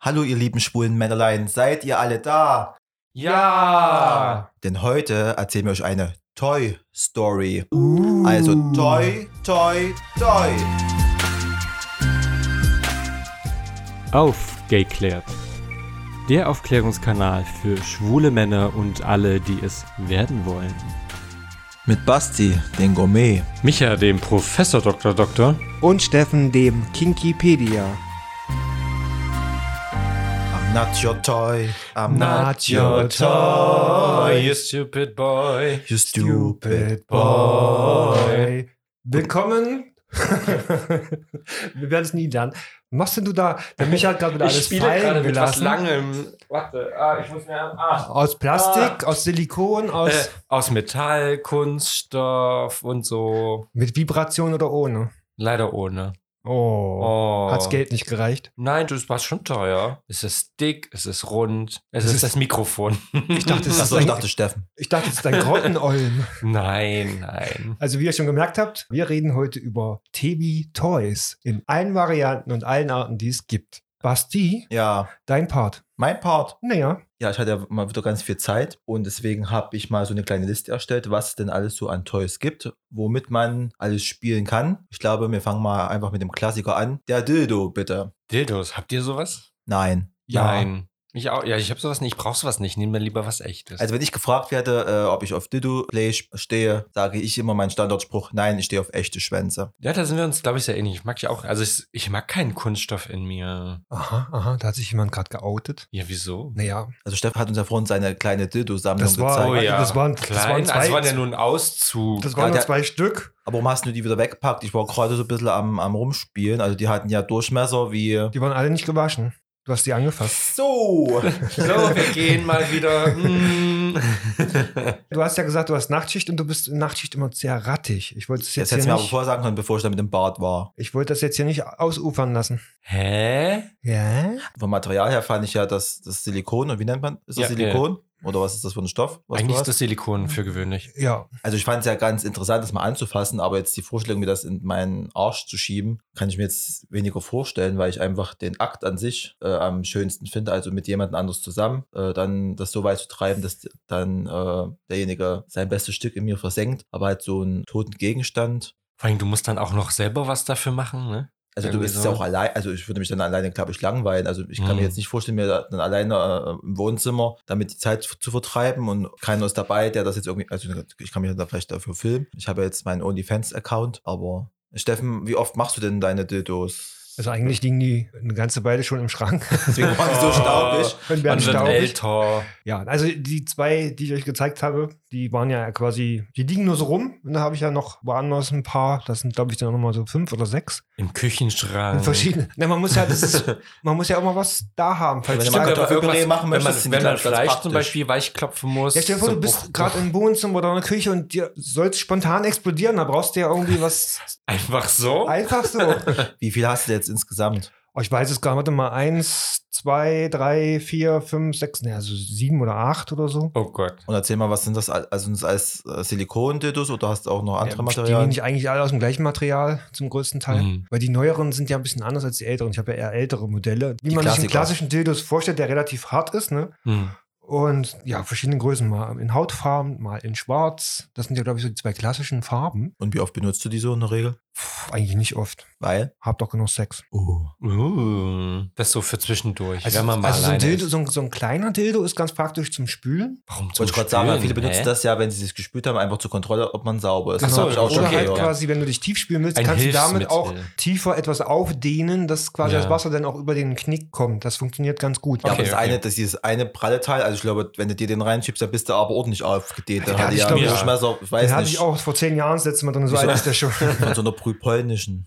Hallo ihr lieben schwulen Männerlein, seid ihr alle da? Ja! Denn heute erzählen wir euch eine Toy Story. Also Toy, Toy, Toy. Aufgeklärt. Der Aufklärungskanal für schwule Männer und alle, die es werden wollen. Mit Basti, den Gourmet. Micha, dem Professor Dr. Doktor. und Steffen dem Kinkipedia. I'm not your toy. I'm Not your toy, you stupid boy. your stupid. Boy. Willkommen. Wir werden es nie lernen. Was machst denn du da? Der Micha hat gerade wieder alles fallen gelassen. Langem. Warte, ah, ich muss mir am Arsch. Aus Plastik, aus Silikon, aus Äh, aus Metall, Kunststoff und so. mit Vibration oder ohne. Leider ohne. Oh. Oh. Hat's Geld nicht gereicht? Nein, das war schon teuer. Es ist dick, es ist rund, es Es ist, ist- das Mikrofon. Ich dachte, es ist Achso, ich ein, dachte Steffen. ich dachte, es ist ein Grottenolm. Nein, nein. Also, wie ihr schon gemerkt habt, wir reden heute über TV Toys in allen Varianten und allen Arten, die es gibt. Basti, Ja, dein Part. mein Part. Naja, Ja, ich hatte ja mal wieder ganz viel Zeit und deswegen habe ich mal so eine kleine Liste erstellt, was es denn alles so an Toys gibt, womit man alles spielen kann. Ich glaube, wir fangen mal einfach mit dem Klassiker an. Der Dildo, bitte. Dildos, habt ihr sowas? Nein. Nein. Ich auch, ja, ich habe sowas nicht, ich brauche sowas nicht. Nehmen wir lieber was echtes. Also wenn ich gefragt werde, äh, ob ich auf Dildo Play sp- stehe, sage ich immer meinen Standardspruch, nein, ich stehe auf echte Schwänze. ja, da sind wir uns, glaube ich, sehr ähnlich. Ich mag ja auch, also ich, ich mag keinen Kunststoff in mir. Aha, aha, da hat sich jemand gerade geoutet. Ja, wieso? Naja, Also Steffen hat uns ja vorhin seine kleine Dildo-Sammlung Das war- gezeigt. Oh ja. das waren- das klein. waren also, zwei- waren ja nur ein Auszug. das Ja, waren der- nur zwei Stück. Aber warum hast du die wieder weggepackt? Ich war gerade so ein bisschen am, am Rumspielen. Also die hatten ja Durchmesser wie... Die waren alle nicht gewaschen. Du hast die angefasst. So! so, wir gehen mal wieder. mm. Du hast ja gesagt, du hast Nachtschicht und du bist in Nachtschicht immer sehr rattig. Ich wollte es Jetzt jetzt, hättest du mir hier aber nicht, vorher sagen können, bevor ich da mit dem Bart war. ich wollte das jetzt hier nicht ausufern lassen. Hä? Ja? Vom Material her fand ich ja das, das Silikon. Und wie nennt man? Ist das Ja, Silikon? Oder was ist das für ein Stoff? Was du Eigentlich ist hast? das Silikon für gewöhnlich. Ja. Also ich fand es ja ganz interessant, das mal anzufassen, aber jetzt die Vorstellung, mir das in meinen Arsch zu schieben, kann ich mir jetzt weniger vorstellen, weil ich einfach den Akt an sich äh, am schönsten finde, also mit jemand anders zusammen, äh, dann das so weit zu treiben, dass dann äh, derjenige sein bestes Stück in mir versenkt, aber halt so einen toten Gegenstand. Vor allem, du musst dann auch noch selber was dafür machen, ne? Also du Irgendwie bist so. ja auch allein, also ich würde mich dann alleine, glaube ich, langweilen. Also ich kann Mhm. mir jetzt nicht vorstellen, mir da- dann alleine äh, im Wohnzimmer damit die Zeit zu vertreiben und keiner ist dabei, der das jetzt irgendwie, also ich kann mich da vielleicht dafür filmen. Ich habe ja jetzt meinen OnlyFans-Account, aber Steffen, wie oft machst du denn deine Dildos? Also eigentlich liegen die eine ganze Weile schon im Schrank Deswegen waren die so Oh. staubig. und werden Und dann staubig. älter. Ja, also die zwei, die ich euch gezeigt habe, die waren ja quasi, die liegen nur so rum. Und da habe ich ja noch woanders ein paar. Das sind, glaube ich, dann nochmal so fünf oder sechs. Im Küchenschrank. Verschiedene. Ne, man muss ja, das ist, man muss ja immer was da haben. Falls Wenn du man mal- Kartoffelpüree irgendwas- machen wenn möchtest, man, sind die wenn man ganz- ganz Fleisch praktisch. zum Beispiel weichklopfen muss. Ja, stell dir vor, so- du bist oh, gerade im Wohnzimmer oder in der Küche und dir soll es spontan explodieren. Da brauchst du ja irgendwie was Einfach so? einfach so. Wie viel hast du jetzt insgesamt? Oh, ich weiß es gar nicht. Warte mal, eins, zwei, drei, vier, fünf, sechs, ne, also sieben oder acht oder so. Oh Gott. Und erzähl mal, was sind das? al- Also sind das alles äh, Silikon-Dildos oder hast du auch noch andere Ja, Ähm, Die Materialien? nehme ich eigentlich alle aus dem gleichen Material zum größten Teil. Mhm. Weil die neueren sind ja ein bisschen anders als die älteren. Ich habe ja eher ältere Modelle. Wie Die man sich Klassiker. einen klassischen Dildos vorstellt, der relativ hart ist, ne? Hm. Und ja, verschiedene Größen. Mal in Hautfarben, mal in Schwarz. Das sind ja, glaube ich, so die zwei klassischen Farben. Und wie oft benutzt du die so in der Regel? Pff, eigentlich nicht oft. Weil? Hab doch genug Sex. Oh. Hm. Uh, das so für zwischendurch. wenn man mal also so, ein alleine Dildo, ist. so, ein, so ein kleiner Dildo ist ganz praktisch zum Spülen. Warum zum Wollte ich gerade sagen, weil Spülen, viele benutzen hä? das ja, wenn sie sich gespült haben, einfach zur Kontrolle, ob man sauber ist. Ach Das so, habe ich auch schon Oder halt gehört. quasi, wenn du dich tief spülen willst, Ein kannst du damit auch Hilfsmittel. tiefer etwas aufdehnen, dass quasi Ja. das Wasser dann auch über den Knick kommt. Das funktioniert ganz gut. Ja, Okay, aber das okay. eine, das dieses eine pralle Teil, also ich glaube, wenn du dir den reinschiebst, dann bist du aber ordentlich aufgedehnt. Dann Ja, hat die ich ja einen glaube, ja. Durchmesser, ich weiß den hatte nicht, ich auch vor zehn Jahren das letzte Mal drin, so Wieso? alt ist der schon. von so einer prüpolnischen.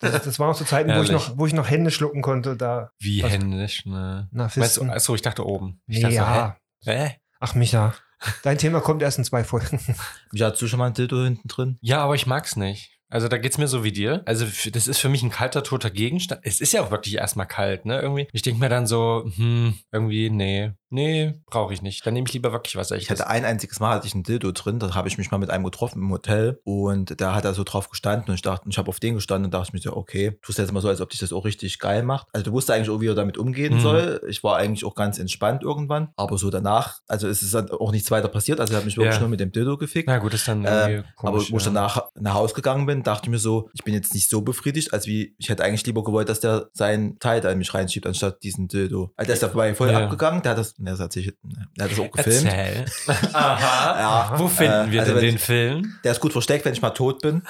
Das, das war noch zu Zeiten, wo ich Herrlich. noch, wo ich noch Hände schlucken konnte. Da, Wie Was- händisch, ne? na, Meinst du, Fisten. achso, ich dachte oben. Ich dachte ja. so, hä? Hä? Ach, Micha. Dein Thema kommt erst in zwei Folgen. Ja, hast du schon mal ein Dildo hinten drin? Ja, aber ich mag's nicht. Also da geht's mir so wie dir. Also f- das ist für mich ein kalter, toter Gegenstand. Es ist ja auch wirklich erstmal kalt, ne? Irgendwie. Ich denke mir dann so, hm, irgendwie, nee. Nee, brauche ich nicht. Dann nehme ich lieber wirklich was Ich echtes. hatte ein einziges Mal hatte ich ein Dildo drin, da habe ich mich mal mit einem getroffen im Hotel und da hat er so drauf gestanden und ich dachte, und ich habe auf den gestanden und dachte ich mir so, okay, tust du jetzt mal so, als ob dich das auch richtig geil macht. Also du wusstest eigentlich auch, wie er damit umgehen Mhm. soll. Ich war eigentlich auch ganz entspannt irgendwann, aber so danach, also es ist dann auch nichts weiter passiert, also er hat mich wirklich Ja. nur mit dem Dildo gefickt. Na gut, das ist dann Äh, irgendwie aber komisch. wo ich ja. danach nach Hause gegangen bin, dachte ich mir so, ich bin jetzt nicht so befriedigt, als wie ich hätte eigentlich lieber gewollt, dass der seinen Teil da in mich reinschiebt, anstatt diesen Dildo. Also der ist dabei voll Ja. abgegangen, der hat das, der, hat sich, der hat das auch gefilmt. Erzähl. Aha. Ja, Wo finden Äh, wir also denn wenn den ich- Film? der ist gut versteckt, wenn ich mal tot bin.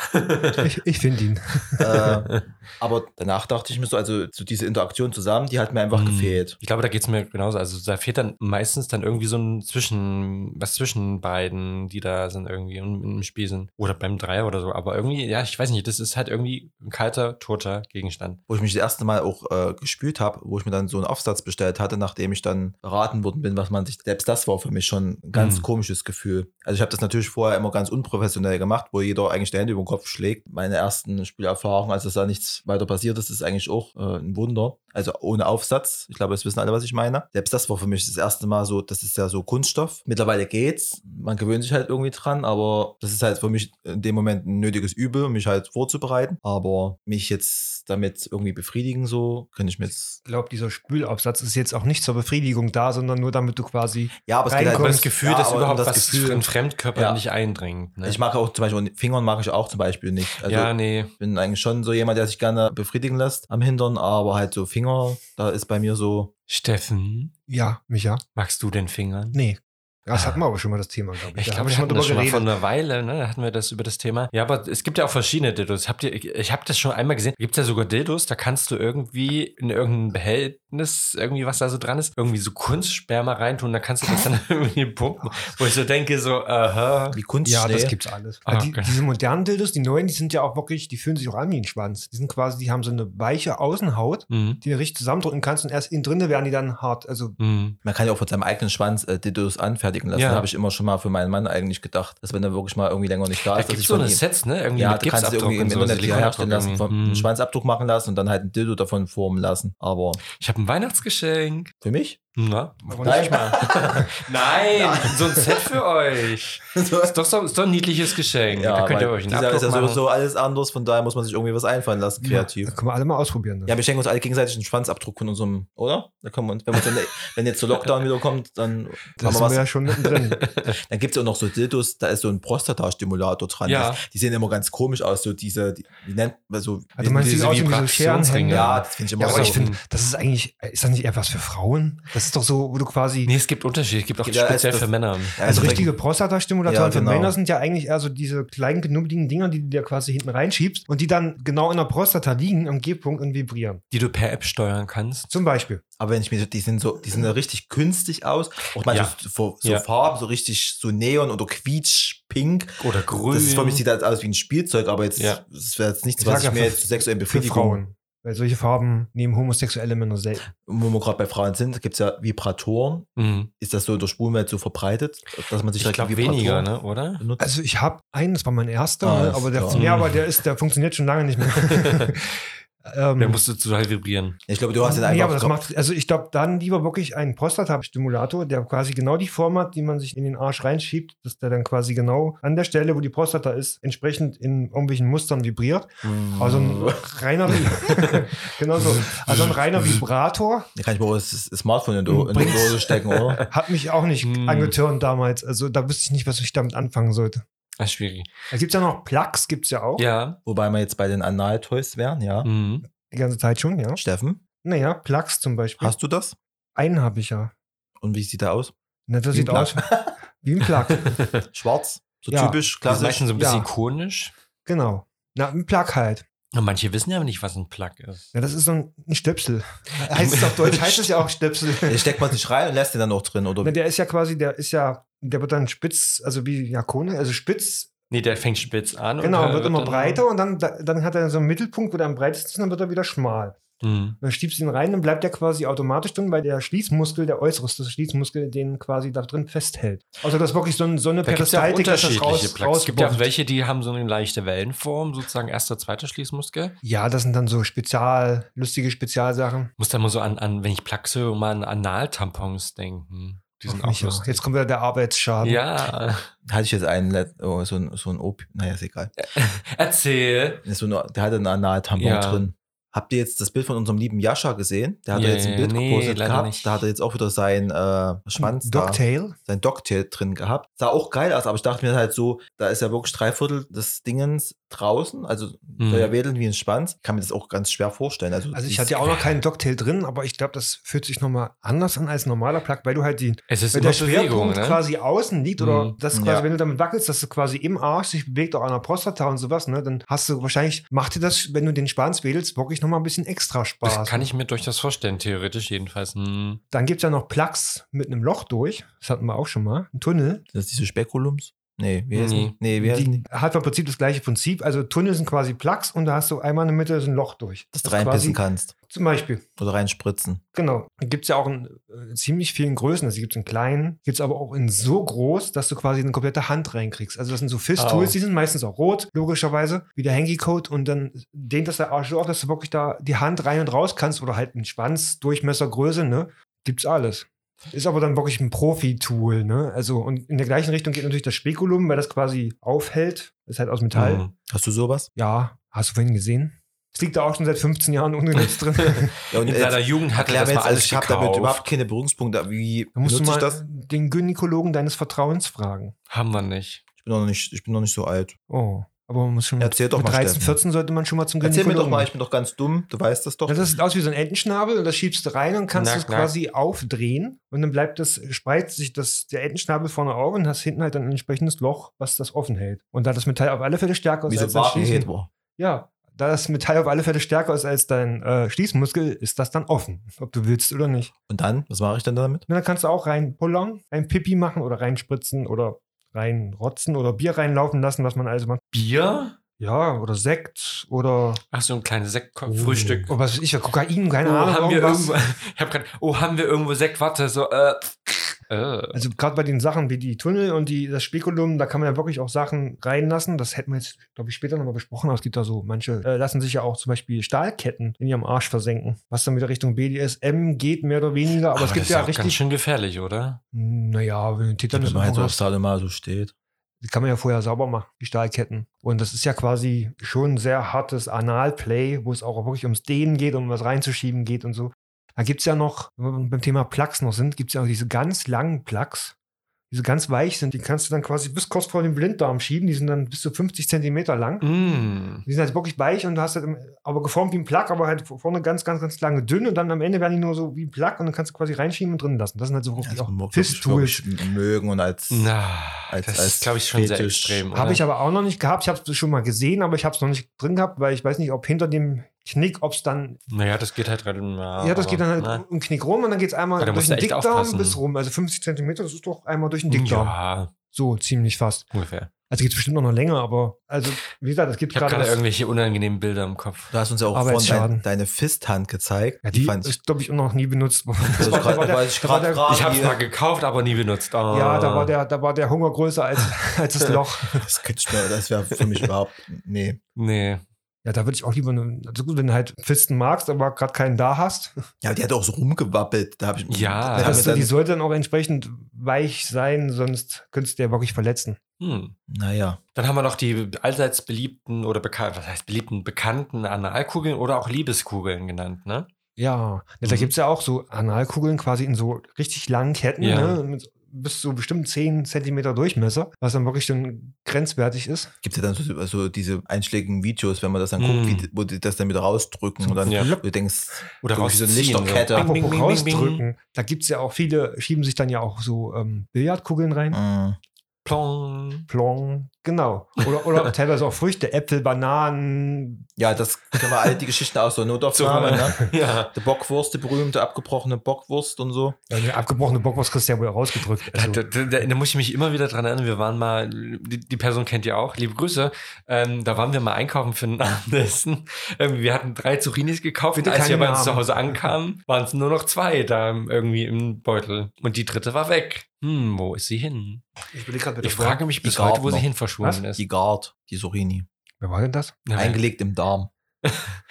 Ich, ich finde ihn. äh, aber danach dachte ich mir so, also so diese Interaktion zusammen, die hat mir einfach Hm. gefehlt. Ich glaube, da geht es mir genauso. Also da fehlt dann meistens dann irgendwie so ein Zwischen, was zwischen beiden, die da sind irgendwie im, im Spiel sind. Oder beim Dreier oder so. Aber irgendwie, ja, ich weiß nicht, das ist halt irgendwie ein kalter, toter Gegenstand. Wo ich mich das erste Mal auch äh, gespült habe, wo ich mir dann so einen Aufsatz bestellt hatte, nachdem ich dann beraten worden bin, was man sich, selbst das war für mich schon ein ganz Hm. komisches Gefühl. Also ich habe das natürlich vorher immer ganz unprofessionell gemacht, wo jeder eigentlich die Hände über den Kopf schlägt. Meine ersten Spielerfahrungen, als dass da nichts weiter passiert ist, ist eigentlich auch äh, ein Wunder. Also ohne Aufsatz. Ich glaube, es wissen alle, was ich meine. Selbst das war für mich das erste Mal so, das ist ja so Kunststoff. Mittlerweile geht's. Man gewöhnt sich halt irgendwie dran, aber das ist halt für mich in dem Moment ein nötiges Übel, mich halt vorzubereiten. Aber mich jetzt damit irgendwie befriedigen, so, könnte ich mir jetzt. Ich glaube, dieser Spülaufsatz ist jetzt auch nicht zur Befriedigung da, sondern nur damit du quasi. Ja, aber es geht halt Aber Reinkommst- das Gefühl, Ja, dass aber überhaupt das was Gefühl- in Fremdkörper Ja. nicht eindringt. Ne? Ich mag auch zum Beispiel, und Fingern mag ich auch zum Beispiel nicht. Also ja, nee. ich bin eigentlich schon so jemand, der sich gerne befriedigen lässt am Hintern, aber halt so Finger, da ist bei mir so. Steffen, Ja, Micha? magst du den Fingern? Nee. Das hatten wir aber schon mal das Thema, glaube Ich ich. Da glaube, haben wir hatten drüber das schon mal vor einer Weile, ne? da hatten wir das über das Thema. Ja, aber es gibt ja auch verschiedene Dildos. Habt ihr, ich ich habe das schon einmal gesehen. Gibt es ja sogar Dildos, da kannst du irgendwie in irgendein Behältnis, irgendwie was da so dran ist, irgendwie so Kunstsperma reintun, da kannst du das dann irgendwie pumpen. Wo ich so denke, so, aha. Wie Ja, Kunstschnee. das gibt's alles. Ah, die, okay. Diese modernen Dildos, die neuen, die sind ja auch wirklich, die fühlen sich auch an wie ein Schwanz. Die sind quasi, die haben so eine weiche Außenhaut, Mhm. die du richtig zusammendrücken kannst und erst innen drinne werden die dann hart. Also Mhm. Man kann ja auch von seinem eigenen Schwanz äh, Dildos anfertigen lassen. Ja. Habe ich immer schon mal für meinen Mann eigentlich gedacht, dass wenn er wirklich mal irgendwie länger nicht da Da ist, dass gibt ich so von eine ihm. Sets, ne? Irgendwie ja, mit du kannst dir Gipsabdruck irgendwie und im so, Internet hier herstellen Silikonabdruck lassen, vom, irgendwie. einen Mhm. Schwanzabdruck machen lassen und dann halt ein Dildo davon formen lassen. Aber Ich habe ein Weihnachtsgeschenk. für mich? Na? Aber Nein, Nein, so ein Set für euch. ja, Ist doch, so, ist doch ein niedliches Geschenk. da könnt ihr weil euch einen dieses Jahr ist Abdruck ja machen. sowieso alles anders, von daher muss man sich irgendwie was einfallen lassen, kreativ. Da können wir alle mal ausprobieren. dann. Ja, wir schenken uns alle gegenseitig einen Schwanzabdruck von unserem, oder? Da können wir uns, wenn, wir uns dann, wenn jetzt der Lockdown wieder kommt, dann, da machen sind wir wir was, ja schon mittendrin. dann gibt es ja auch noch so Dildos, da ist so ein Prostata-Stimulator dran. Ja. Die, die sehen immer ganz komisch aus, so diese, die, wie nennt man so, Also man sieht Diese aus wie so Vibrationsringe. Scherenhände. Ja, das finde ich immer Ja, aber so. ich finde, das ist eigentlich, ist das nicht eher was für Frauen? Das ist doch so, wo du quasi, Nee, es gibt Unterschiede. Es gibt auch Ja, also speziell das- für Männer. Ja, also das- richtige Prostatastimulatoren Ja, genau. für Männer sind ja eigentlich eher so diese kleinen, knubbeligen Dinger, die du dir quasi hinten reinschiebst und die dann genau in der Prostata liegen, am G-Punkt und vibrieren. Die du per App steuern kannst. Zum Beispiel. Aber wenn ich mir so, die sind so, die sehen ja richtig künstlich aus. Auch manchmal so, so Ja. Farben, so richtig so Neon oder quietschpink. Oder grün. Das ist für mich sieht das aus wie ein Spielzeug, aber jetzt Ja. das wäre jetzt nichts, Ich was sag ich ja, mir für- jetzt zur sexuellen Für Befriedigung, Frauen. Weil solche Farben nehmen homosexuelle Männer selten. wo wir gerade bei Frauen sind, gibt es ja Vibratoren. Also Mhm. Ist das so in der Schwulenwelt so verbreitet, dass man sich Ich direkt glaube Vibratoren weniger, ne? oder? benutzt? Also ich habe einen, das war mein erster, Ah, ne, ist aber der, klar. ja, aber der ist, der funktioniert schon lange nicht mehr. ähm, Der musste total vibrieren. Ich glaube, du hast jetzt einfach. ja, aber das macht, also ich glaube, dann lieber wirklich einen Prostata-Stimulator, der quasi genau die Form hat, die man sich in den Arsch reinschiebt, dass der dann quasi genau an der Stelle, wo die Prostata ist, entsprechend in irgendwelchen Mustern vibriert. Also ein reiner, genau so, also ein reiner Vibrator da kann ich mir auch das Smartphone in die in die Bringt's. Dose stecken, oder? hat mich auch nicht Hm. angetörnt damals. Also da wüsste ich nicht, was ich damit anfangen sollte. Ach, schwierig. Es gibt ja noch Plugs, gibt es ja auch. Ja. Wobei wir jetzt bei den Anal-Toys wären, ja. Mhm. Die ganze Zeit schon, ja. Steffen, Naja, Plugs zum Beispiel. hast du das? Einen habe ich ja. Und wie sieht der aus? Na, das Wie ein sieht aus wie ein Plug. Schwarz, so Ja. typisch, Das ist klassisch. meistens so ein bisschen Ja. konisch. Genau. Na, ein Plug halt. Und manche wissen ja nicht, was ein Plug ist. Ja, das ist so ein, ein Stöpsel. Heißt es auf Deutsch, heißt es ja auch Stöpsel. Der Äh, steckt man sich rein und lässt den dann auch drin, oder? Na, der ist ja quasi, der ist ja, der wird dann spitz, also wie ja, Kone, also spitz, Nee, der fängt spitz an. genau, äh, wird immer dann- breiter und dann, dann hat er so einen Mittelpunkt, wo der am breitesten ist, und dann wird er wieder schmal. Mhm. Dann schiebst du ihn rein, dann bleibt er quasi automatisch drin, weil der Schließmuskel, der äußerste Schließmuskel, den quasi da drin festhält. Also das ist wirklich so, ein, so eine Da gibt es ja auch dass das unterschiedliche Plaques. Es gibt ja auch rausbombt. welche, die haben so eine leichte Wellenform, sozusagen erster, zweiter Schließmuskel. Ja, das sind dann so spezial, lustige Spezialsachen. Muss da mal so an, an wenn ich Plaques höre, mal an Analtampons denken. Die sind Ach, auch mich lustig. Jetzt kommt wieder der Arbeitsschaden. Ja, Hatte ich jetzt einen, let- oh, so ein, so ein OP, naja, ist egal. erzähl. So eine, der hatte einen Analtampon Ja. drin. Habt ihr jetzt das Bild von unserem lieben Jascha gesehen? Der hat Ja, ja, jetzt ein ja, Bild nee, gepostet leider gehabt. nicht. Da hat er jetzt auch wieder sein äh, Schwanz da, Dogtail. sein Dogtail drin gehabt. Sah auch geil aus, aber ich dachte mir halt so, da ist ja wirklich drei Viertel des Dingens draußen, also Mhm. soll ja wedeln wie ein Schwanz. Ich kann mir das auch ganz schwer vorstellen. Also, Also ich dieses- hatte ja auch noch keinen Dogtail drin, aber ich glaube, das fühlt sich nochmal anders an als ein normaler Plug, weil du halt die, Es ist weil immer der Bewegung, Schwerpunkt ne? quasi außen liegt oder Mhm. das quasi, Ja. wenn du damit wackelst, dass du quasi im Arsch sich bewegt, auch an der Prostata und sowas, ne, dann hast du wahrscheinlich, macht dir das, wenn du den Schwanz wedelst, wirklich nochmal ein bisschen extra Spaß. Das kann ich mir durchaus vorstellen, theoretisch jedenfalls. Hm. Dann gibt es ja noch Plugs mit einem Loch durch, das hatten wir auch schon mal, ein Tunnel. Sind das diese Speculums? Nee, wie heißen Nee. die? Nee, wie heißen Die die? hat im Prinzip das gleiche Prinzip, also Tunnel sind quasi Plugs und da hast du einmal in der Mitte so ein Loch durch. Dass du Das reinpissen quasi- kannst Zum Beispiel. oder reinspritzen. Genau. Gibt es ja auch in äh, ziemlich vielen Größen. Also gibt es in kleinen, gibt es aber auch in so groß, dass du quasi eine komplette Hand reinkriegst. Also das sind so Fist-Tools, Au. die sind meistens auch rot, logischerweise, wie der Hanky-Code. Und dann dehnt das der Arsch so auf, dass du wirklich da die Hand rein und raus kannst oder halt einen Schwanz, Durchmessergröße, ne? Gibt's alles. Ist aber dann wirklich ein Profi-Tool, ne? Also, und in der gleichen Richtung geht natürlich das Spekulum, weil das quasi aufhält. Ist halt aus Metall. Hm. Hast du sowas? Ja, hast du vorhin gesehen? Es liegt da auch schon seit 15 Jahren ungenutzt drin. Ja, und In seiner Jugend hat er erklär das mir mal jetzt, also alles ich habe damit gekauft. überhaupt keine Berührungspunkte. Wie Da musst nutze du mal ich das? den Gynäkologen deines Vertrauens fragen. Haben wir nicht. Ich bin noch nicht, ich bin noch nicht so alt. Oh, aber man muss schon mit, Erzähl doch mit mal, 13, Steffen. 14 sollte man schon mal zum Erzähl mir Gynäkologen. doch mal, ich bin doch ganz dumm, du weißt das doch. Ja, das sieht aus wie so ein Entenschnabel und das schiebst du rein und kannst Knack, es knack. quasi aufdrehen und dann bleibt das, spreizt sich das, der Entenschnabel vorne auf und hast hinten halt ein entsprechendes Loch, was das offen hält. Und da das Metall auf alle Fälle stärker ist Wie so als das Schließen- Wagenheber. Ja, da das Metall auf alle Fälle stärker ist als dein äh, Schließmuskel, ist das dann offen, ob du willst oder nicht. Und dann, was mache ich denn damit? Und dann kannst du auch rein pullern, ein Pipi machen oder reinspritzen oder reinrotzen oder Bier reinlaufen lassen, was man also macht. Bier? Ja, oder Sekt oder Ach so, ein kleines Sektfrühstück. Oh, was weiß ich, ja, Kokain, keine Oh, Ahnung. haben wir irgendwas. irgendwo, ich hab grad, oh, haben wir irgendwo Sekt? Warte, so, äh, äh. Also gerade bei den Sachen wie die Tunnel und die, das Spekulum, da kann man ja wirklich auch Sachen reinlassen. Das hätten wir jetzt, glaube ich, später nochmal besprochen. Aber es gibt da so, manche äh, lassen sich ja auch zum Beispiel Stahlketten in ihrem Arsch versenken. Was dann wieder Richtung BDSM geht, mehr oder weniger. Aber, es gibt das ist ja auch ganz richtig, schön gefährlich, oder? naja, wenn du Tetanus man halt so hast. auf Salomar so steht. Die kann man ja vorher sauber machen, die Stahlketten. Und das ist ja quasi schon ein sehr hartes Analplay, wo es auch wirklich ums Dehnen geht, um was reinzuschieben geht und so. Da gibt es ja noch, wenn wir beim Thema Plugs noch sind, gibt es ja auch diese ganz langen Plugs, die so ganz weich sind. Die kannst du dann quasi bis kurz vor den Blinddarm schieben. Die sind dann bis zu 50 Zentimeter lang. Mm. Die sind halt wirklich weich und du hast halt im- aber geformt wie ein Plug, aber halt vorne ganz, ganz, ganz lange dünn und dann am Ende werden die nur so wie ein Plug und dann kannst du quasi reinschieben und drin lassen. Das sind halt so wirklich Das auch mag ich, glaub Fist-Tools. ich, mögen und als. Na, Als- das als ist, glaube ich, schon sehr Fetisch. extrem. oder? Habe ich aber auch noch nicht gehabt. Ich habe es schon mal gesehen, aber ich habe es noch nicht drin gehabt, weil ich weiß nicht, ob hinter dem Knick, ob es dann. Naja, das geht halt gerade. ne? Ja, das geht dann halt um den Knick rum und dann geht es einmal Aber da musst durch du den echt Dickdarm aufpassen. bis rum. Also 50 Zentimeter, das ist doch einmal durch den Dickdarm. Ja, So ziemlich fast. ungefähr. Also gibt es bestimmt noch eine länger, aber also, wie gesagt, es gibt Ich habe gerade. gerade das- irgendwelche unangenehmen Bilder im Kopf. Du hast uns ja auch vorhin Arbeitsschaden. dein, deine Fisthand gezeigt. Ja, die fand ich. ist, glaube ich, noch nie benutzt worden. Das war grad- war ich da war grad der- grad- Ich habe es die- mal gekauft, aber nie benutzt. Oh. Ja, da war, der, da war der Hunger größer als, als das Loch. Das, könnte ich mir- das wäre für mich überhaupt. Nee. Nee. Ja, da würde ich auch lieber, ne, also gut, wenn du halt Fisten magst, aber gerade keinen da hast, Ja, die hat auch so rumgewappelt. Da habe ich. Ja, da haben Also wir die dann, sollte dann auch entsprechend weich sein, sonst könntest du ja wirklich verletzen. Hm. naja. Dann haben wir noch die allseits beliebten oder bekannten, was heißt beliebten, bekannten Analkugeln oder auch Liebeskugeln genannt, ne? Ja, da Mhm. gibt es ja auch so Analkugeln quasi in so richtig langen Ketten, Ja. ne? mit bis zu bestimmt 10 Zentimeter Durchmesser, was dann wirklich dann grenzwertig ist. Gibt es ja dann so, so diese einschlägigen Videos, wenn man das dann Mm. guckt, wie, wo die das dann wieder rausdrücken und dann Ja. du denkst, Oder Irgendwie so eine rausziehen, Lichterkette. so. Ja. Apropos Bing, bing, bing, bing, bing. rausdrücken, da gibt es ja auch hm. viele, schieben sich dann ja auch so ähm, Billardkugeln rein. mm, Plong. Plong, Genau. Oder, oder teilweise auch Früchte, Äpfel, Bananen. Ja, das kennen wir all die Geschichten aus der Notaufnahme. ne? Ja. Die Bockwurst, die berühmte abgebrochene Bockwurst und so. Ja, eine abgebrochene Bockwurst kriegst du ja wohl rausgedrückt. Also, Da, da, da, da muss ich mich immer wieder dran erinnern, wir waren mal, die, die Person kennt ihr auch, liebe Grüße, ähm, da waren wir mal einkaufen für ein Abendessen. Ähm, wir hatten drei Zucchinis gekauft, Bitte als wir keine bei uns haben. zu Hause ankamen, waren es nur noch zwei da irgendwie im Beutel. Und die dritte war weg. Hm, wo ist sie hin? ich will gerade Ich frage mich bis Die Garten heute, wo sie noch. hin verschwunden ist. Die Gard, die Sorini. Wer war denn das? Ja, Eingelegt im Darm.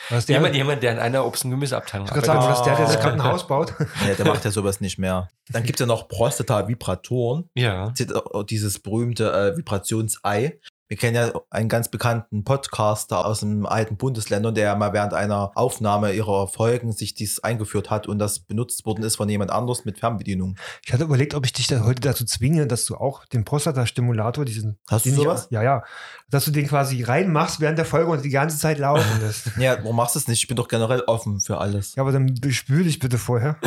Was der, Jemand, ich jemand, der in einer Obst- und Gemüseabteilung wollte gerade sagen, arbeitet. dass der, der jetzt gerade ein Haus baut. Ja, Äh, der macht ja sowas nicht mehr. Dann gibt es ja noch Prostata-Vibratoren. Ja. Es gibt auch Dieses berühmte äh, Vibrationsei. Wir kennen ja einen ganz bekannten Podcaster aus den alten Bundesländern, der ja mal während einer Aufnahme ihrer Folgen sich dies eingeführt hat und das benutzt worden ist von jemand anders mit Fernbedienung. Ich hatte überlegt, ob ich dich da heute dazu zwinge, dass du auch den Prostata-Stimulator, diesen. Hast du den ich- sowas? Ja, ja. Dass du den quasi reinmachst während der Folge und die ganze Zeit laufen lässt. Ja, warum machst du es nicht? Ich bin doch generell offen für alles. Ja, aber dann spül dich bitte vorher.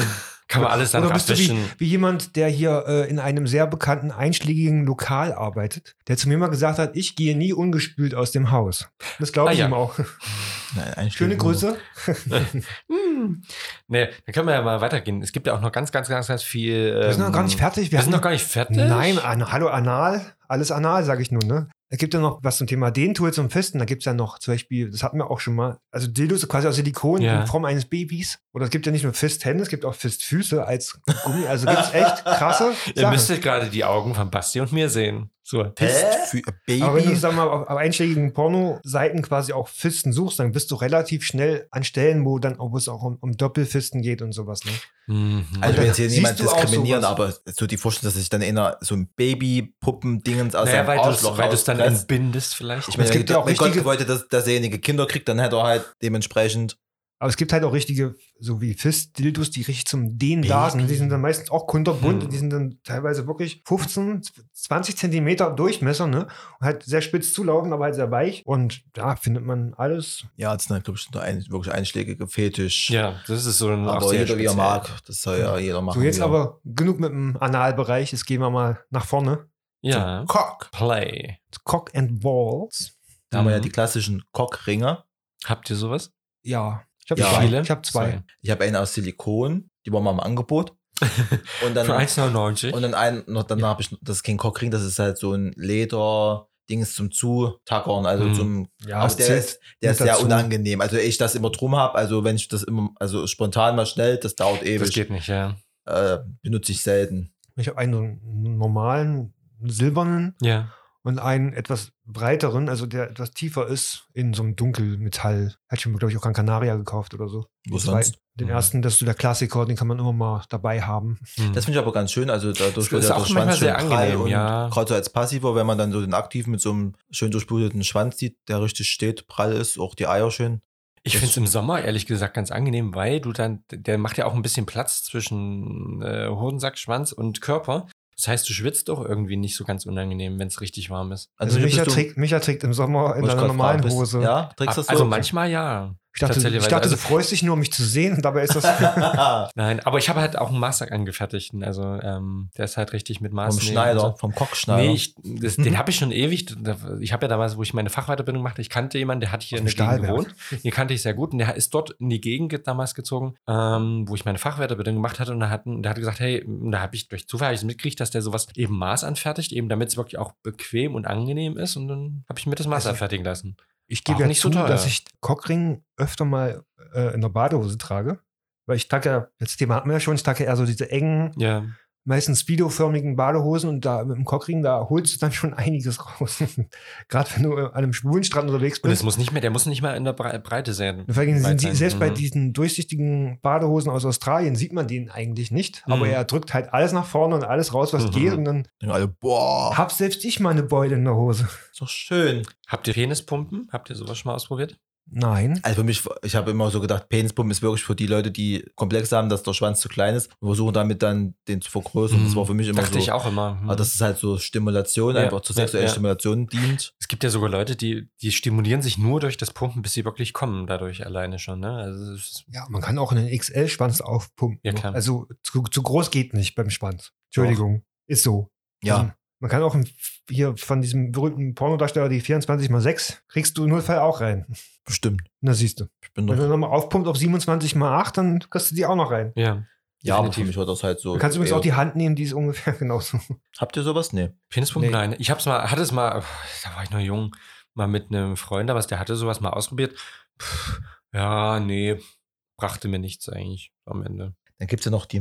Kann man alles dann Oder bist du wie, abwischen. wie jemand, der hier äh, in einem sehr bekannten, einschlägigen Lokal arbeitet, der zu mir mal gesagt hat, ich gehe nie ungespült aus dem Haus. Das glaube Ah, ich ja. ihm auch. Nein, eigentlich- Schöne Grüße. Hm. Nee, dann können wir ja mal weitergehen. Es gibt ja auch noch ganz, ganz, ganz, ganz viel. Wir sind ähm, noch gar nicht fertig. Wir sind noch hatten- gar nicht fertig. Nein, an, hallo Anal. Alles Anal, sage ich nun. Ne? Es gibt ja noch was zum Thema Dentool zum Festen. Da gibt es ja noch zum Beispiel, das hatten wir auch schon mal, also Dildos quasi aus Silikon Ja. in Form eines Babys. Oder es gibt ja nicht nur Fisthände, es gibt auch Fistfüße als Gummi. Also gibt es echt krasse Ihr Sachen. müsstet gerade die Augen von Basti und mir sehen. So. Fist für Aber wenn du Babys. sag mal, auf, auf einschlägigen Porno-Seiten quasi auch Fisten suchst, dann bist du relativ schnell an Stellen, wo dann wo es auch um, um Doppelfisten geht und sowas. Ne? Also ich will jetzt hier Siehst niemand du auch diskriminieren, aber sowas? so die Vorstellung, dass ich dann einer so ein Baby-Puppen-Dingens aus naja, naja, weil seinem Arschloch du es dann rauspresst. entbindest vielleicht. Ich meine, Es wenn gibt ja auch wenn Gott richtige- wollte, dass, dass derjenige Kinder kriegt, dann hätte er halt dementsprechend. Aber es gibt halt auch richtige, so wie Fist-Dildos, die richtig zum Dehnen da sind. Die sind dann meistens auch kunterbunt Hm. und die sind dann teilweise wirklich 15, 20 Zentimeter Durchmesser, ne? Und halt sehr spitz zulaufen, aber halt sehr weich. Und da findet man alles. Ja, das sind, glaube ich, nur ein, wirklich einschlägige Fetisch. ja, das ist so ein auch aber sehr jeder, wie er speziell. mag. Das soll ja jeder machen. Genau. so, jetzt wie er- aber genug mit dem Analbereich. Jetzt gehen wir mal nach vorne. Ja. Cock. Play. Cock and Balls. Da haben wir ja Mhm. die klassischen Cockringe. Habt ihr sowas? Ja. Ich habe Ja. zwei. Viele? Ich habe zwei. Ich habe einen aus Silikon, die war mal im Angebot. Und Für dann, 1,99. und dann einen, noch dann habe ich, das ist kein Cockring, das ist halt so ein Leder. Dings zum Zutackern, also Mhm. zum, Ja, aber der zählt. ist, der ist mit sehr dazu. unangenehm. Also ich das immer drum habe, also wenn ich das immer, also spontan mal schnell, das dauert das ewig, geht nicht, ja. äh, benutze ich selten. Ich habe einen so einen normalen silbernen Ja. und einen etwas breiteren, also der etwas tiefer ist, in so einem Dunkelmetall. Hätte ich mir, glaube ich, auch an Canaria gekauft oder so. Wo Den sonst? zweiten- Den Mhm. ersten, das ist so der Klassiker, den kann man immer mal dabei haben. Hm. Das finde ich aber ganz schön. Also dadurch Das ist auch manchmal sehr angenehm, ja. Gerade so als Passiver, wenn man dann so den Aktiven mit so einem schön durchbluteten Schwanz sieht, der richtig steht, prall ist, auch die Eier schön. Ich Das- finde es im Sommer ehrlich gesagt ganz angenehm, weil du dann, der macht ja auch ein bisschen Platz zwischen äh, Hodensack, Schwanz und Körper. Das heißt, du schwitzt doch irgendwie nicht so ganz unangenehm, wenn es richtig warm ist. Also, hier Micha, bist du- trägt, Micha trägt im Sommer in Wollte ich einer grad normalen fragen, bist- Hose. Ja, trägst du das so? also manchmal ja. ich dachte, tatsächlich, ich weil- dachte also- du freust dich nur, um mich zu sehen, und dabei ist das. Nein, aber ich habe halt auch einen Maßsack angefertigten. Also ähm, der ist halt richtig mit Maß. vom nehmen Schneider, und vom So. Kockschneider. Nee, ich, das, den habe ich schon ewig. Ich habe ja damals, wo ich meine Fachweiterbildung machte, ich kannte jemanden, der hat hier Auf in der dem Gegend Stahlwerk. gewohnt. Den kannte ich sehr gut und der ist dort in die Gegend ge- damals gezogen, ähm, wo ich meine Fachweiterbildung gemacht hatte und da hat, der hat gesagt, hey, und da habe ich durch Zufall hab ich mitgekriegt, dass der sowas eben Maß anfertigt, eben damit es wirklich auch bequem und angenehm ist und dann habe ich mir das Maß Also- anfertigen lassen. Ich Auch gebe ja nicht nicht so zu, so teuer. dass ich Cockring öfter mal äh, in der Badehose trage. Weil ich trage ja, das Thema hatten wir ja schon, ich trage ja eher so diese engen, Ja. meistens speedo-förmigen Badehosen und da mit dem Cockring, da holst du dann schon einiges raus. Gerade wenn du äh, an einem schwulen Strand unterwegs Und es bist. muss nicht mehr, der muss nicht mal in der Bre- Breite sein. Und vor allem Breit sind die, sein. selbst bei Mhm. diesen durchsichtigen Badehosen aus Australien sieht man den eigentlich nicht, aber Mhm. er drückt halt alles nach vorne und alles raus, was Mhm. geht und dann Denken alle, boah, hab selbst ich mal eine Beule in der Hose. ist doch schön. Habt ihr Penispumpen? Habt ihr sowas schon mal ausprobiert? Nein. Also für mich, ich habe immer so gedacht, Penispumpen ist wirklich für die Leute, die Komplexe haben, dass der Schwanz zu klein ist und versuchen damit dann den zu vergrößern. Das war für mich immer Hm, Dachte so. ich auch immer. Hm. Aber das ist halt so Stimulation, Ja, einfach zur ja, sexuellen ja. Stimulation dient. es gibt ja sogar Leute, die, die stimulieren sich nur durch das Pumpen, bis sie wirklich kommen, dadurch alleine schon. Ne? Also es ist, Ja, man kann auch einen XL-Schwanz aufpumpen. Ja, klar. Also zu, zu groß geht nicht beim Schwanz. Entschuldigung. Ist so. Ja. Also, Man kann auch ein- hier von diesem berühmten Pornodarsteller die 24 mal 6 kriegst du im Notfall auch rein. Bestimmt. Na siehst du. Ich bin Wenn du doch. nochmal aufpumpt auf 27 mal 8, dann kriegst du die auch noch rein. Ja. Ja, aber für definitiv. mich war das halt so. Du kannst übrigens eher- auch die Hand nehmen, die ist ungefähr genauso. Habt ihr sowas? Nee. Penispumpe? Nee. Nein. Ich hab's mal, hatte es mal, da war ich noch jung, mal mit einem Freund, da was, der hatte sowas mal ausprobiert. Pff, ja, nee, brachte mir nichts eigentlich am Ende. Dann gibt es ja noch die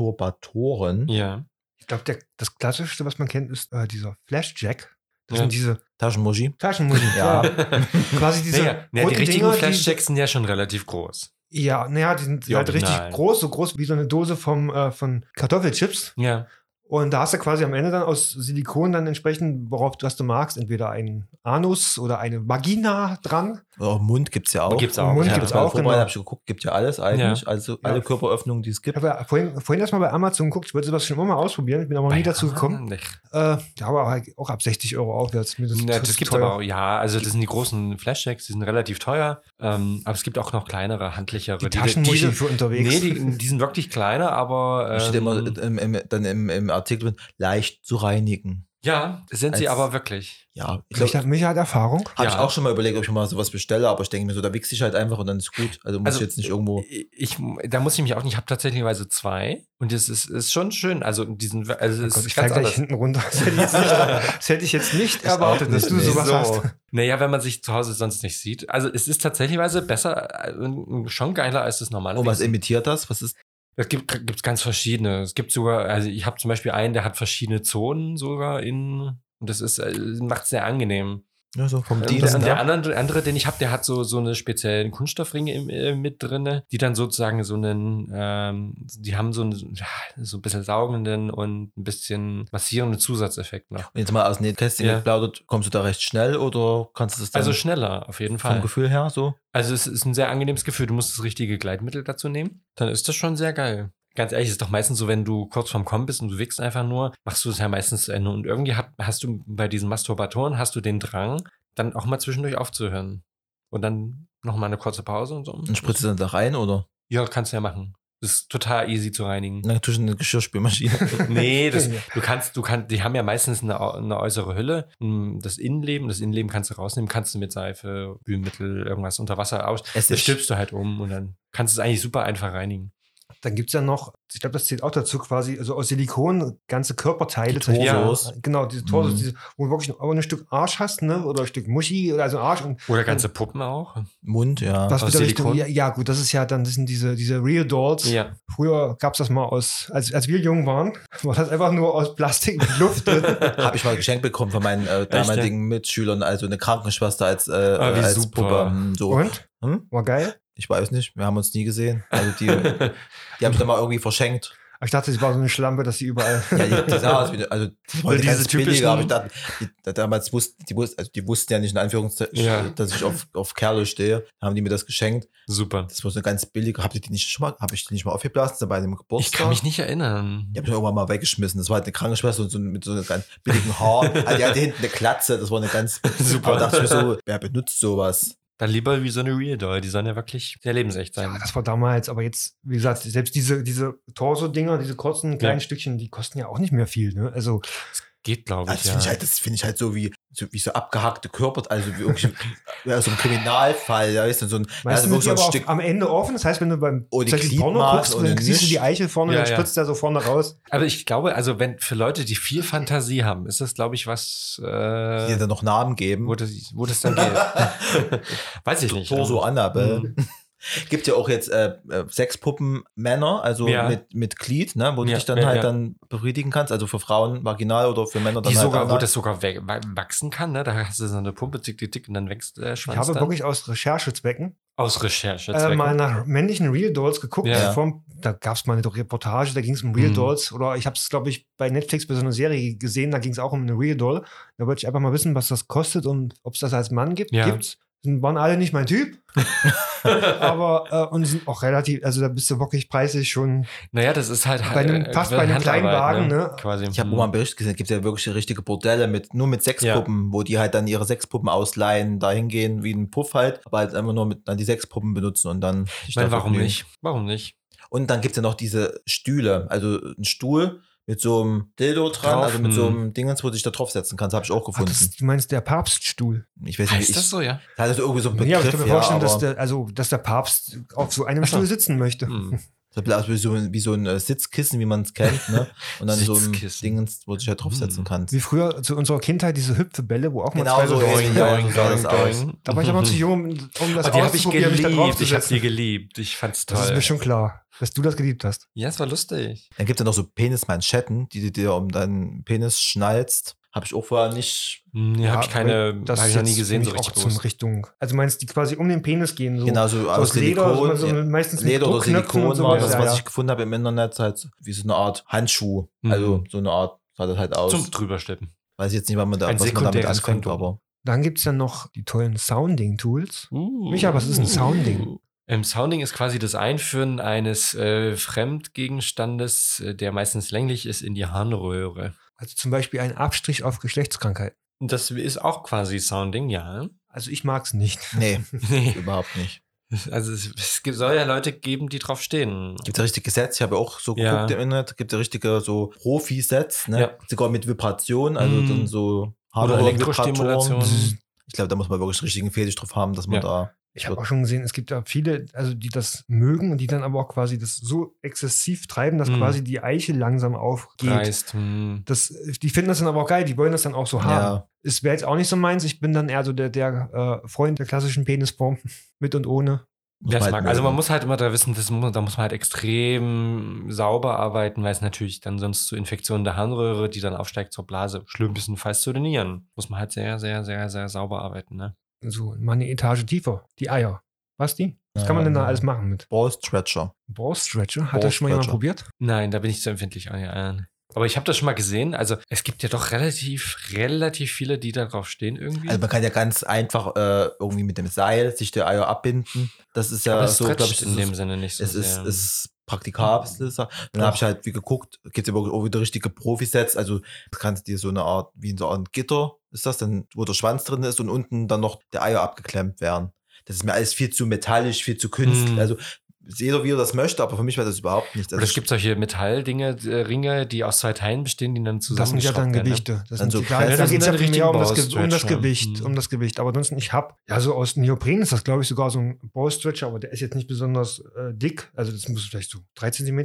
Masturbatoren. Ja. Ich glaube, das klassischste, was man kennt, ist äh, dieser Flashjack. Das Ja. sind diese Taschenmuschi. Taschenmuscheln. Ja. Quasi diese naja, naja, die roten richtigen Dinger, die- Flashjacks sind ja schon relativ groß. Ja, naja, die sind Die halt richtig Originalen. groß, so groß wie so eine Dose vom, äh, von Kartoffelchips. Ja. Und da hast du quasi am Ende dann aus Silikon dann entsprechend, worauf du, was du magst, entweder einen Anus oder eine Vagina dran. Oder auch Mund gibt es ja auch. Gibt's Im auch. Mund ja. Gibt's gibt's auch auch, vorbei, genau. habe ich geguckt, gibt ja alles eigentlich. Also alle Ja. Körperöffnungen, die es Ich gibt. habe ja vorhin, vorhin erstmal bei Amazon geguckt, ich wollte sowas schon immer mal ausprobieren, ich bin aber noch nie dazu gekommen. Nicht. Äh, ja, aber halt auch ab 60 Euro aufwärts. Mir Na, zu Ne, das gibt teuer. aber auch, ja, also das sind die großen Flashjacks, die sind relativ teuer, ähm, aber es gibt auch noch kleinere, handlichere. die diese- Taschenmuscheln für unterwegs. Nee, die, die sind wirklich kleiner, aber. Da Ähm, steht immer äh, im, im, dann im, im Artikel drin, leicht zu reinigen. ja, sind sie als- aber wirklich. Ja, ich Vielleicht glaube, hat mich halt Erfahrung. habe ich ja. auch schon mal überlegt, ob ich mal sowas bestelle, aber ich denke mir so, da wichse ich halt einfach und dann ist gut. Also muss Also, ich jetzt nicht irgendwo. Ich, da muss ich mich auch nicht, ich habe tatsächlich zwei und das ist, ist schon schön. Also, diesen, also Oh es Gott, ist ich fall ganz gleich anders. hinten runter. Das hätte ich jetzt nicht, das hätte ich jetzt nicht erwartet, auch dass nicht, du nee. sowas hast. Naja, wenn man sich zu Hause sonst nicht sieht. Also, es ist tatsächlich besser, äh, schon geiler als das normale. Oh, was Wesen. imitiert das? Was ist? Es gibt gibt's ganz verschiedene. Es gibt sogar, also ich habe zum Beispiel einen, der hat verschiedene Zonen sogar in. Und das ist, macht es sehr angenehm. Ja, so vom Und das, Dienst. und der Ne? andere, andere, den ich habe, der hat so, so eine speziellen Kunststoffringe im, äh, mit drinne, die dann sozusagen so einen, ähm, die haben so einen ja, so ein bisschen saugenden und ein bisschen massierenden Zusatzeffekt noch. Und jetzt mal aus dem Kästchen Ja. geplaudert, kommst du da recht schnell oder kannst du das dann Also schneller, auf jeden vom Fall. Gefühl her so? Also es ist ein sehr angenehmes Gefühl. Du musst das richtige Gleitmittel dazu nehmen. Dann ist das schon sehr geil. Ganz ehrlich, ist doch meistens so, wenn du kurz vorm Kommen bist und du wickst einfach nur, machst du es ja meistens zu Ende. Und irgendwie hat, hast du bei diesen Masturbatoren, hast du den Drang, dann auch mal zwischendurch aufzuhören. Und dann nochmal eine kurze Pause und so. Und spritzt du dann da rein oder? Ja, kannst du ja machen. Ist total easy zu reinigen. Dann tust du in eine Geschirrspülmaschine. nee, das, du kannst, du kannst, die haben ja meistens eine, au- eine äußere Hülle. Hm, Das Innenleben, das Innenleben kannst du rausnehmen, kannst du mit Seife, Spülmittel, irgendwas unter Wasser aus. Es Das stülpst du halt um und dann kannst du es eigentlich super einfach reinigen. Dann gibt es ja noch, ich glaube, das zählt auch dazu quasi, also aus Silikon ganze Körperteile. Die Torsos. Ja, Genau, diese Torsos, Mhm. diese, wo du wirklich aber nur ein Stück Arsch hast, ne? oder ein Stück Muschi, oder also Arsch. Und Oder ganze Puppen auch. Mund, ja. was aus wieder Richtung, Silikon? ja, ja, gut, das ist ja dann, das sind diese, diese Real Dolls. Ja. Früher gab es das mal aus, als, als wir jung waren, war das einfach nur aus Plastik mit Luft drin. Habe ich mal geschenkt bekommen von meinen äh, damaligen Mitschülern, also eine Krankenschwester als, äh, Ah, wie als super. Puppe. Hm, So. Und? Hm? War geil. Ich weiß nicht, wir haben uns nie gesehen. Also die, die habe ich dann mal irgendwie verschenkt. Aber Ich dachte, es war so eine Schlampe, dass sie überall. Ja, die, die sah aus wie, also die wollte Äh. diese ganz billige, aber ich typischen- dachte, die, da- damals wussten die, wussten, also die wussten ja nicht in Anführungszeichen, Ja. dass ich auf, auf Kerle stehe, haben die mir das geschenkt. Super. Das war so eine ganz billige, habe ich die nicht schon mal, habe ich die nicht mal aufgeblasen bei dem Geburtstag? Ich kann mich nicht erinnern. Die habe ich irgendwann mal weggeschmissen. Das war halt eine Krankenschwester und so, mit so einem ganz billigen Haar. Also die hatte hinten eine Klatze, das war eine ganz. Super. Aber dachte ich mir so, wer benutzt sowas? Dann lieber wie so eine Real Doll. Die sollen ja wirklich sehr lebensecht Ja, sein. das war damals, aber jetzt, wie gesagt, selbst diese, diese Torso-Dinger, diese kurzen kleinen Ja. Stückchen, die kosten ja auch nicht mehr viel. Ne? Also, Geht, glaube Das ich. finde ich Ja. halt, das finde ich halt so wie, so wie so abgehackte Körper, also wie irgendwie ja, so ein Kriminalfall, da ist dann so ein, da ist meistens wirklich sind die so ein aber Stück. auch am Ende offen. Das heißt, wenn du beim Oh, die tatsächlich Gliedmaßen guckst, und dann den siehst du die Nisch. Eichel vorne, Ja, dann ja. spritzt der so vorne raus. Aber ich glaube, also wenn für Leute, die viel Fantasie haben, ist das, glaube ich, was, Die dir äh, dann noch Namen geben. wo, das, wo das dann geht. Weiß ich nicht. Torso Ähm, Annabelle. Gibt ja auch jetzt äh, äh, Sexpuppen Männer, also Ja. mit, mit Glied, ne, wo du Ja, dich dann ja, halt ja. dann befriedigen kannst, also für Frauen vaginal oder für Männer dann Die halt sogar, wo anal. das sogar we- wa- wachsen kann, ne? Da hast du so eine Pumpe, tick, tick, tick, und dann wächst der Ich Schwanz. habe dann. wirklich aus Recherchezwecken aus Recherche. äh, mal ne? nach männlichen Real Dolls geguckt. Ja. Vom, da gab es mal eine Reportage, da ging es um Real Mhm. Dolls. Oder ich habe es, glaube ich, bei Netflix bei so einer Serie gesehen, da ging es auch um eine Real Doll. Da wollte ich einfach mal wissen, was das kostet und ob es das als Mann gibt. Ja. Gibt's. Sind- Waren alle nicht mein Typ, aber äh, und sind auch relativ, also da bist du wirklich preislich schon Naja, das ist halt Bei einem- äh, fast bei einem kleinen Handarbeit, Wagen, ne? Quasi. Ich habe Hm. mal einen Bericht gesehen, gibt ja wirklich richtige Bordelle mit nur mit Sexpuppen, wo die halt dann ihre Sexpuppen ausleihen, dahin gehen wie ein Puff halt, aber halt einfach nur mit, dann die Sexpuppen benutzen und dann. sich Ich meine, da warum vergnügen. nicht? Warum nicht? Und dann gibt es ja noch diese Stühle, also ein Stuhl mit so einem Dildo dran, Drauf, also mit hm. so einem Dingens, wo du dich da draufsetzen kannst, habe ich auch Ah, gefunden. das, du meinst der Papststuhl? ich weiß nicht, Heißt ich, das das so, ja? hatte so irgendwie so einen Begriff, ja, ja, aber ich kann mir vorstellen, dass, aber Mhm. der, also, dass der Papst auf so einem Stuhl sitzen möchte. Hm. das bleibt wie so, ein- wie so ein äh, Sitzkissen, wie man es kennt, ne? Und dann so ein Sitzkissen. Dingens, wo du dich da draufsetzen Hm. kannst. Wie früher zu unserer Kindheit diese Hüpfebälle, wo auch mal Genau Also zwei so drauf ähnlich, sind. ja. Da war ich Also, aber zu jung, um um das hm. Aber die habe ich auszuprobieren, mich da drauf geliebt. zu Ich habe die setzen. geliebt. Ich fand's Das ist toll. mir schon klar, dass du das geliebt hast. Ja, es war lustig. Dann gibt es ja noch so Penismanschetten, die du dir um deinen Penis schnallst. Habe ich auch vorher nicht. Hm, Nee, habe ich keine, das habe ich noch nie jetzt gesehen, für so mich richtig Genau, auch zum bewusst. Richtung. Also meinst du die quasi um den Penis gehen, so, Genauso so aus aus Leder, so, Silikon. mit so, ja. meistens mit Leder oder Druckknöpfen Silikon und war sowas. das, ja, was ja. ich gefunden habe im Internet, halt wie so eine Art Handschuh. Mhm. Also so eine Art, sah das halt aus. Zum drüberschleppen. Weiß ich jetzt nicht, was man, da, Ein was man damit sekundäres anfängt, Kondom. aber Dann gibt es ja noch die tollen Sounding-Tools. Uh. Micha, was ist ein Sounding? Ähm, Sounding ist quasi das Einführen eines äh, Fremdgegenstandes, äh, der meistens länglich ist, in die Harnröhre. Also zum Beispiel ein Abstrich auf Geschlechtskrankheit. Und Das ist auch quasi Sounding, ja. Also ich mag es nicht. nee, überhaupt nicht. also es, es gibt- soll ja Leute geben, die drauf stehen. Gibt es richtig Gesetz? Ich habe ja auch so Ja. geguckt im Internet. Gibt es richtige so Profi-Sets, ne? Ja. sogar mit Vibration, also Mhm. dann so Oder Hardware- Elektrostimulation. Vibratoren. Ich glaube, da muss man wirklich richtig einen Fetisch drauf haben, dass man Ja. da. Ich habe auch schon gesehen, es gibt ja viele, also die das mögen und die dann aber auch quasi das so exzessiv treiben, dass Mhm. quasi die Eiche langsam aufgeht. Dreist, hm. Das, die finden das dann aber auch geil, die wollen das dann auch so haben. ja, Es wäre jetzt auch nicht so meins. Ich bin dann eher so der, der äh, Freund der klassischen Penisform mit und ohne. muss Wer's halt mag. Also man mögen. muss halt immer da wissen, das muss, da muss man halt extrem sauber arbeiten, weil es natürlich dann sonst zu Infektionen der Harnröhre, die dann aufsteigt zur Blase, schlimmstenfalls zu den Nieren. Muss man halt sehr, sehr, sehr, sehr sauber arbeiten. Ne? So, mal eine Etage tiefer. Die Eier. Basti? Was kann man denn da alles machen mit? Ball Stretcher. Ballstretcher? Hat das schon mal jemand probiert? Nein, da bin ich zu empfindlich an den Eiern. Aber ich habe das schon mal gesehen. Also es gibt ja doch relativ, relativ viele, die da drauf stehen irgendwie. Also man kann ja ganz einfach äh, irgendwie mit dem Seil sich die Eier abbinden. Das ist ja Aber es so, stretcht glaube ich, in das dem ist, Sinne nicht so es ist, sehr. es ist praktikabel. Dann Doch. habe ich halt wie geguckt, gibt es aber auch wieder richtige Profisets. Also du kannst dir so eine Art, wie in so Art Gitter ist das, dann, wo der Schwanz drin ist und unten dann noch der Eier abgeklemmt werden. Das ist mir alles viel zu metallisch, viel zu künstlich. Mhm. Also jeder, wie er das möchte, aber für mich war das überhaupt Also nicht. Oder es gibt solche Metalldinge, äh, Ringe, die aus zwei Teilen bestehen, die dann Das sind ja zusammengeschraubt dann werden. ne? Gewichte. Dann Das sind so die kleinen- Kreise. da Das geht es sind ja dann primär um das, richtige Ge um das Ballstretcher. Gewicht. Mhm. Um das Gewicht. Aber ansonsten, ich habe, ja, so aus Neopren ist das, glaube ich, sogar so ein Ballstretcher, aber der ist jetzt nicht besonders äh, dick. Also, das muss vielleicht so 3 cm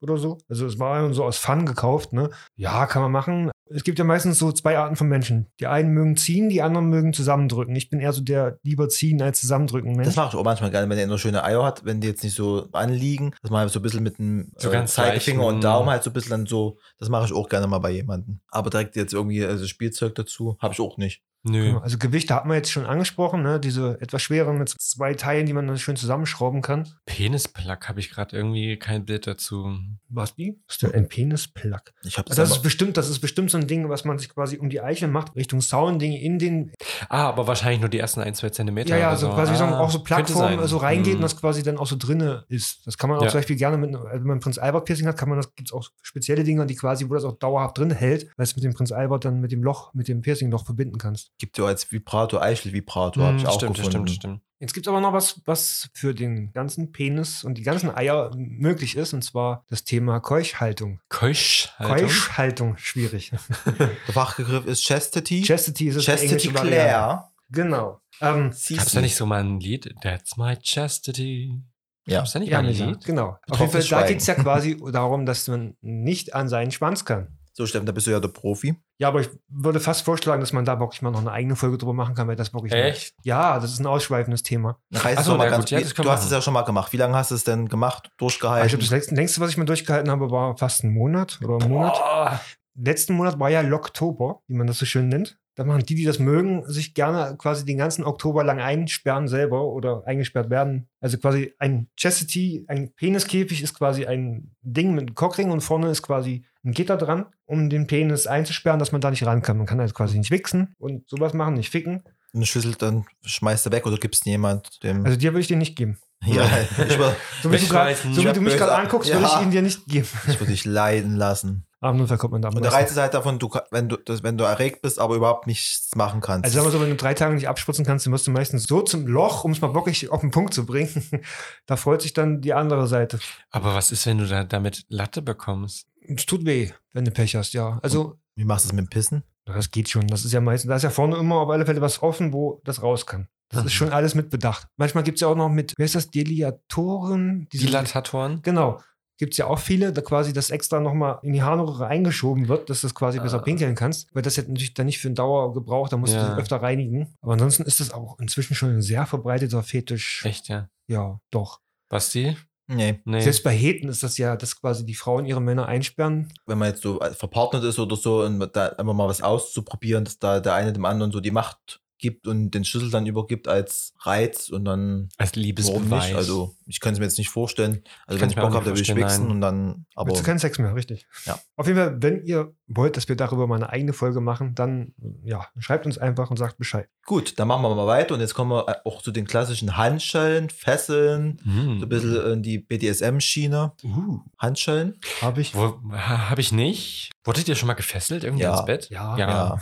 oder so. Also, es war so aus Fun gekauft, ne? Ja, kann man machen. Es gibt ja meistens so zwei Arten von Menschen. Die einen mögen ziehen, die anderen mögen zusammendrücken. Ich bin eher so der lieber ziehen als zusammendrücken Mensch. Das mache ich auch manchmal gerne, wenn er nur schöne Eier hat, wenn die jetzt nicht so anliegen, dass man halt so ein bisschen mit dem So äh, ganz Zeigefinger leicht, und mm. Daumen halt so ein bisschen dann so, das mache ich auch gerne mal bei jemandem. Aber direkt jetzt irgendwie also Spielzeug dazu, habe ich auch nicht. Nö. Genau, Also Gewichte hatten wir jetzt schon angesprochen, ne? diese etwas schweren mit zwei Teilen, die man dann schön zusammenschrauben kann. Penisplug habe ich gerade irgendwie kein Bild dazu. Was die? Ist denn ein Penisplug? Ich habe Das ist bestimmt, das ist bestimmt so ein Ding, was man sich quasi um die Eichel macht, Richtung Sounding in den, Ah, aber wahrscheinlich nur die ersten ein, zwei Zentimeter. ja, ja, oder so quasi so, Ah, auch so könnte Plattformen sein. so reingeht Hm. und das quasi dann auch so drinne ist. Das kann man auch Ja. zum Beispiel gerne mit, also wenn man Prinz Albert Piercing hat, kann man das, gibt es auch spezielle Dinger, die quasi, wo das auch dauerhaft drin hält, weil es mit dem Prinz Albert dann mit dem Loch, mit dem Piercing-Loch verbinden kannst. gibt ja als Vibrator, Eichel-Vibrator, habe ich Hm, auch stimmt, gefunden. stimmt, stimmt. Jetzt gibt es aber noch was, was für den ganzen Penis und die ganzen Eier möglich ist, und zwar das Thema Keuchhaltung. Keusch. Keuschhaltung, schwierig. Der Fachbegriff ist Chastity. Chastity ist es Chastity Variante. Claire. Genau. Ähm, Gab's da nicht so mal ein Lied? That's my chastity. Ja. Gab's da nicht ja, mal ein Micha, Lied? genau. Auf jeden Betroffenes Fall, da Schweigen. geht es ja quasi darum, dass man nicht an seinen Schwanz kann. So, Steffen, da bist du ja der Profi. Ja, aber ich würde fast vorschlagen, dass man da wirklich mal noch eine eigene Folge drüber machen kann, weil das wirklich. Echt? Ja, das ist ein ausschweifendes Thema. Dann reiß Ach es so, doch mal na ganz, gut, ja, das du können wir hast es machen. Ah, ja schon mal gemacht. Wie lange hast du es denn gemacht, Aber Ich glaube, durchgehalten? Also, das längste, längste, was ich mal durchgehalten habe, war fast einen Monat oder einen Monat. Boah. Letzten Monat war ja Locktober, wie man das so schön nennt. Da machen die, die das mögen, sich gerne quasi den ganzen Oktober lang einsperren selber oder eingesperrt werden. Also quasi ein Chastity, ein Peniskäfig ist quasi ein Ding mit einem Cockring und vorne ist quasi ein Gitter dran, um den Penis einzusperren, dass man da nicht ran kann. Man kann also quasi nicht wichsen und sowas machen, nicht ficken. Eine Schüssel, dann schmeißt du weg oder gibst ihn jemand dem. Also dir würde ich den nicht geben. ja, ich würde So wie Ich du, grad, weiß nicht. so wie Ich du hab mich gerade böse- anguckst, Ja. würde ich ihn dir nicht geben. ich würd dich leiden lassen. Am Notfall kommt man da am Und der meisten. Reiz ist halt davon, du, ka- wenn, du, dass, wenn du erregt bist, aber überhaupt nichts machen kannst. Also sagen wir so, wenn du drei Tage nicht abspritzen kannst, dann wirst du meistens so zum Loch, um es mal wirklich auf den Punkt zu bringen. Da freut sich dann die andere Seite. Aber was ist, wenn du da damit Latte bekommst? Es tut weh, wenn du Pech hast, ja. Also, Wie machst du es mit dem Pissen? das geht schon. Das ist ja meistens, da ist ja vorne immer auf alle Fälle was offen, wo das raus kann. Das ist schon alles mit bedacht. Manchmal gibt es ja auch noch mit, wer ist das, Deliatoren? Diese- Dilatatoren? Genau. Gibt es ja auch viele, da quasi das extra nochmal in die Harnröhre reingeschoben wird, dass du das quasi besser Ah. pinkeln kannst. Weil das hätte natürlich dann nicht für einen Dauergebrauch, da musst Ja. du das öfter reinigen. Aber ansonsten ist das auch inzwischen schon ein sehr verbreiteter Fetisch. Echt, ja. Ja, doch. Basti? Nee. Nee. Selbst bei Heten ist das ja, dass quasi die Frauen ihre Männer einsperren. Wenn man jetzt so äh, verpartnert ist oder so und da einfach mal was auszuprobieren, dass da der eine dem anderen so die Macht gibt und den Schlüssel dann übergibt als Reiz und dann Als warum Liebesbeweis. nicht? Also ich kann es mir jetzt nicht vorstellen. Also Ich wenn kann's ich mir Bock auch habe, dann will nicht ich vorstellen, wichsen nein. und dann aber Willst du keinen Sex mehr, richtig. Ja. Auf jeden Fall, wenn ihr wollt, dass wir darüber mal eine eigene Folge machen, dann ja, schreibt uns einfach und sagt Bescheid. gut, dann machen wir mal weiter und jetzt kommen wir äh, auch zu den klassischen Handschellen, Fesseln, Hm. so ein bisschen in die BDSM-Schiene. Uh. Handschellen? Habe ich. Wo- ha- Hab ich nicht. Wurdet ihr schon mal gefesselt irgendwie Ja. ins Bett? Ja. Ja.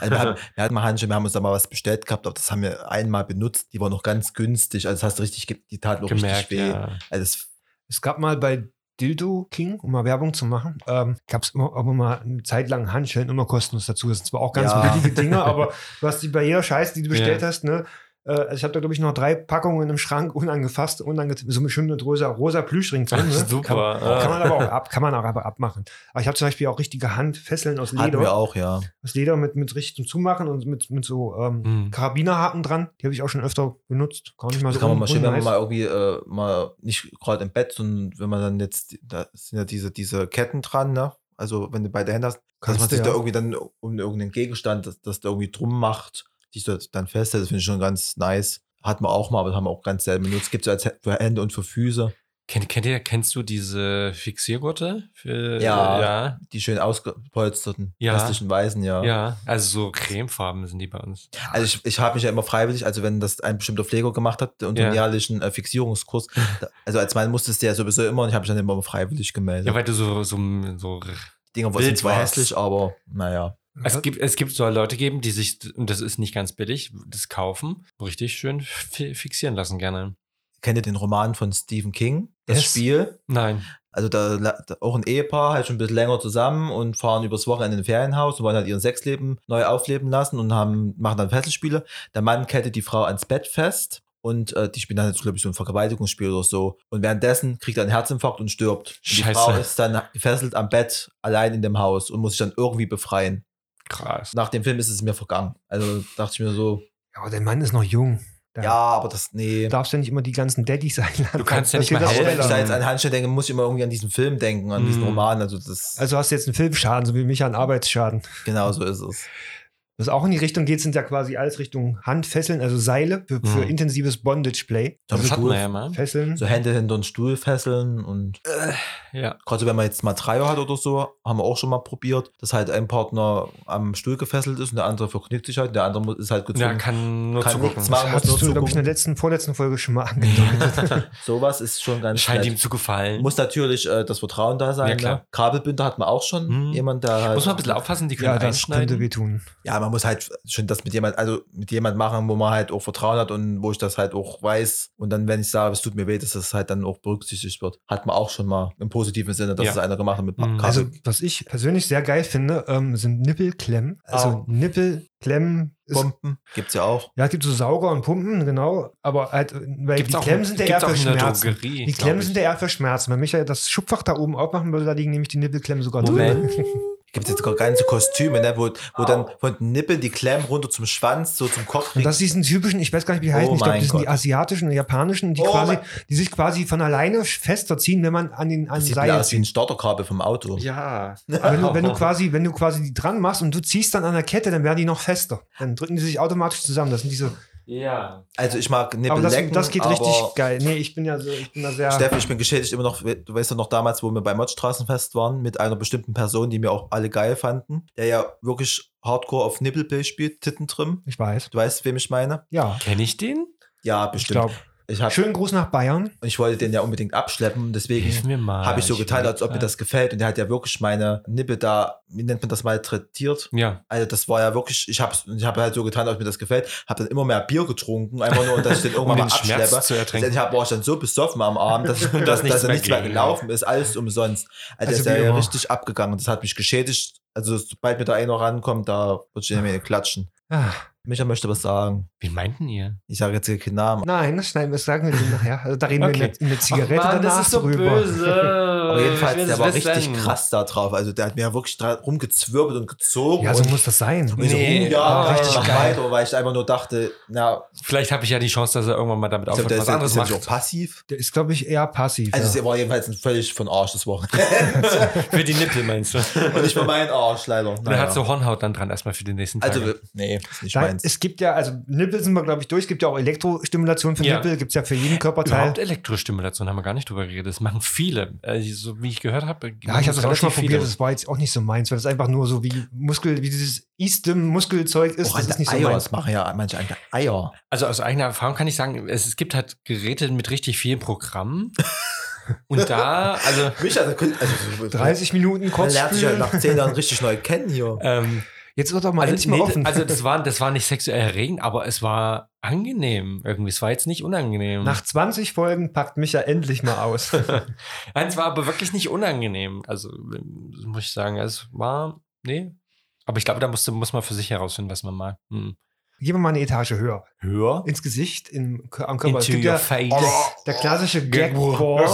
Also wir, haben, wir hatten mal Handschuhe, wir haben uns da mal was bestellt gehabt, aber das haben wir einmal benutzt. Die waren noch ganz günstig. Also das hast du richtig, ge- die tat auch Gemerkt, richtig weh. ja. Also das, Es gab mal bei Dildo King, um mal Werbung zu machen, ähm, gab es immer, auch immer eine Zeit lang Handschellen immer kostenlos dazu. Das sind zwar auch ganz Ja. billige Dinge, aber du hast die bei jeder Scheiße, die du bestellt Ja. hast, ne? äh, Also ich habe da, glaube ich, noch drei Packungen im Schrank, unangefasst, unangezogen, so schön mit rosa, rosa Plüschring drin. Ne? Kann, Super. kann ja. man aber auch ab, kann man auch aber abmachen. Aber ich habe zum Beispiel auch richtige Handfesseln aus hatten wir Leder, auch, ja. Also aus Leder mit, mit richtigem Zumachen und mit, mit so ähm, Hm. Karabinerhaken dran. Die habe ich auch schon öfter benutzt. Gar nicht mal Mhm. Das so kann man un- mal schön, wenn man unnice. mal irgendwie äh, mal nicht gerade im Bett, sondern wenn man dann jetzt, da sind ja diese, diese Ketten dran, ne? Also wenn du beide Hände hast, dass Kannst man du, sich da ja. irgendwie dann um irgendeinen Gegenstand, dass das da irgendwie drum macht, die so dann festhält, das finde ich schon ganz nice. Hat man auch mal, aber das haben wir auch ganz selten benutzt. Gibt es als Hä- für Hände und für Füße, Kennt, kennt ihr, kennst du diese Fixiergurte? Für, Ja. ja. die schön ausgepolsterten, Ja. plastischen Weißen, Ja. Also so cremefarben sind die bei uns. Also ich, ich habe mich ja immer freiwillig, also wenn das ein bestimmter Pfleger gemacht hat und Ja. einen jährlichen äh, Fixierungskurs, da, also als Mann musstest du ja sowieso immer und ich habe mich dann immer freiwillig gemeldet. Ja, weil du so, so, so die Dinger wild waren zwar warst. hässlich, aber naja. Es gibt, es gibt soll Leute geben, die sich, und das ist nicht ganz billig, das kaufen, richtig schön fi- fixieren lassen gerne. Kennt ihr den Roman von Stephen King? Das Yes. Spiel? Nein. Also da, da auch ein Ehepaar, halt schon ein bisschen länger zusammen und fahren übers Wochenende in ein Ferienhaus und wollen halt ihren Sexleben neu aufleben lassen und haben, machen dann Fesselspiele. Der Mann kettet die Frau ans Bett fest und äh, die spielen dann jetzt, glaube ich, so ein Vergewaltigungsspiel oder so. Und währenddessen kriegt er einen Herzinfarkt und stirbt. Und die Scheiße. Frau ist dann gefesselt am Bett, allein in dem Haus und muss sich dann irgendwie befreien. Krass. Nach dem Film ist es mir vergangen. Also dachte ich mir so, Ja, aber der Mann ist noch jung. ja, Ja. aber das, nee. Du darfst ja nicht immer die ganzen Daddys einladen. Du kannst ja nicht Das geht mal auch Aber wenn ich helfen. da schneller. jetzt an Handschellen denke, muss ich immer irgendwie an diesen Film denken, an diesen Mm. Roman. Also das, Also hast du jetzt einen Filmschaden, so wie mich einen Arbeitsschaden. genau so ist es. Was auch in die Richtung geht, sind ja quasi alles Richtung Handfesseln, also Seile für, für Mhm. intensives Bondage-Play. Das Das ist hatten cool. wir ja mal. Fesseln. So Hände hinter den Stuhl fesseln und Ja. gerade so, wenn man jetzt mal Dreier hat oder so, haben wir auch schon mal probiert, dass halt ein Partner am Stuhl gefesselt ist und der andere verknickt sich halt, und der andere muss- ist halt Ja, gezwungen. kann nur Kann zugucken. nichts machen. Das muss nur hattest du, glaube ich, in zugucken. der letzten, vorletzten Folge schon mal angedeutet. Sowas ist schon ganz Scheint ihm nett. zu gefallen. Muss natürlich äh, das Vertrauen da Ja, sein. klar. ne? Kabelbinder hat man auch schon. Mhm. Jemand, der halt, Muss man ein bisschen aufpassen, die können ja, das könnte einschneiden. wehtun. Ja, man muss halt schon das mit jemand, also mit jemand machen, wo man halt auch Vertrauen hat und wo ich das halt auch weiß. Und dann, wenn ich sage, es tut mir weh, dass das halt dann auch berücksichtigt wird. Hat man auch schon mal im positiven Sinne, dass Ja. es einer gemacht hat mit Mhm. Kabel. Also, was ich persönlich sehr geil finde, ähm, sind Nippelklemmen. Ah. Also, Nippelklemmen ist Pumpen gibt's ja auch. Ja, es gibt so Sauger und Pumpen, genau. Aber halt, weil Gibt's die auch- Klemmen sind ja eher gibt's auch für in der Schmerzen. Drogerie, die glaub Klemmen ich. sind ja eher für Schmerzen. Wenn Michael das Schubfach da oben aufmachen würde, da liegen nämlich die Nippelklemmen sogar Moment. drin. Gibt jetzt sogar ganze Kostüme, ne, wo, wo dann von den Nippeln die Klemmen runter zum Schwanz, so zum Kopf. Und das sind diesen typischen, ich weiß gar nicht, wie die Oh heißen, ich glaube, mein das sind die Gott. asiatischen und japanischen, die, Oh quasi, mein- die sich quasi von alleine fester ziehen, wenn man an den an das sieht Seil mir aus wie ein zieht. Starterkabel vom Auto. Ja. Aber Wenn du, wenn, du quasi, wenn du quasi die dran machst und du ziehst dann an der Kette, dann werden die noch fester. Dann drücken die sich automatisch zusammen. Das sind diese. Ja. Also ich mag Nippel Aber das, lecken, das geht aber richtig geil. Nee, ich bin ja so, ich bin da sehr. Steffi, ich bin geschädigt immer noch, du weißt ja noch damals, wo wir beim Mottstraßenfest waren, mit einer bestimmten Person, die mir auch alle geil fanden, der ja wirklich hardcore auf Nippelbild spielt, Tittentrim. Ich weiß. Du weißt, wem ich meine? Ja, Kenne ich den? Ja, ich bestimmt. glaube. Ich, hab, Schönen Gruß nach Bayern. ich wollte den ja unbedingt abschleppen, deswegen mir mal. habe ich so Ich getan, will- als ob mir das gefällt. Und der hat ja wirklich meine Nippe da, wie nennt man das mal, trätiert. Ja. Also das war ja wirklich, ich habe ich hab halt so getan, als ob mir das gefällt, habe dann immer mehr Bier getrunken, einfach nur, dass ich den Um irgendwann den mal abschleppe. Schmerz zu ertränken. Letztendlich hab- war ich dann so besoffen am Abend, dass, dass, nichts dass da mehr nichts mehr ging, gelaufen ist, alles umsonst. Also, Also der wie ist ja immer. richtig abgegangen, das hat mich geschädigt. Also sobald mir da einer rankommt, da würde ich mir klatschen. Ah, Micha möchte was sagen. Wie meinten ihr? Ich sage jetzt hier keinen Namen. nein, das schneiden wir, das sagen wir dir nachher. Also da reden Okay. wir mit, mit Zigarette danach drüber. Aber jedenfalls, Äh, Ich will der das war wissen. richtig krass da drauf. Also der hat mir ja wirklich dra- rumgezwirbelt und gezogen. Ja, so und muss das sein. ich so, Nee, oh, ja, aber richtig richtig geil. Weiter, weil ich einfach nur dachte, na, Vielleicht habe ich ja die Chance, dass er irgendwann mal damit ich glaub, aufhört, der was ist, ja- anderes ist ja so macht. passiv. Der ist, glaube ich, eher passiv. Also ja. es war jedenfalls ein völlig von Arsch das Wochenende. Für die Nippel meinst du? Und und nicht mal mein Arsch, leider. Und er hat so Hornhaut dann dran erstmal für die nächsten Tage. Also, nee, ist nicht da, meins. es gibt ja, also Nippel sind wir, glaube ich, durch. Es gibt ja auch Elektrostimulation für Ja. Nippel, gibt es ja für jeden Körperteil. Überhaupt Elektrostimulation haben wir gar nicht drüber geredet. Das machen viele. Äh, so wie ich gehört habe. Ja, ich habe es auch schon mal probiert, Viele. das war jetzt auch nicht so meins, weil das einfach nur so wie Muskel, wie dieses Eastem-Muskelzeug ist, Oh, Och, das an ist der nicht so Eier, meins. das machen ja manche an der Eier. Also aus eigener Erfahrung kann ich sagen, es, es gibt halt Geräte mit richtig vielen Programmen. Und da, also Mich also, also 30 Minuten Man kurz lernt sich ja nach 10 Jahren richtig neu kennen hier. ähm, Jetzt wird doch mal Also, endlich mal nee, offen. also das war, das war nicht sexuell erregend, aber es war angenehm irgendwie. Es war jetzt nicht unangenehm. nach 20 Folgen packt mich ja endlich mal aus. Nein, es war aber wirklich nicht unangenehm. Also das muss ich sagen, es war, nee. Aber ich glaube, da musste, muss man für sich herausfinden, was man mag. Hm. Gehen wir mal eine Etage höher. Höher? Ins Gesicht, im, Kö- am Körper. Into Es your gibt ja face. der klassische Gagball.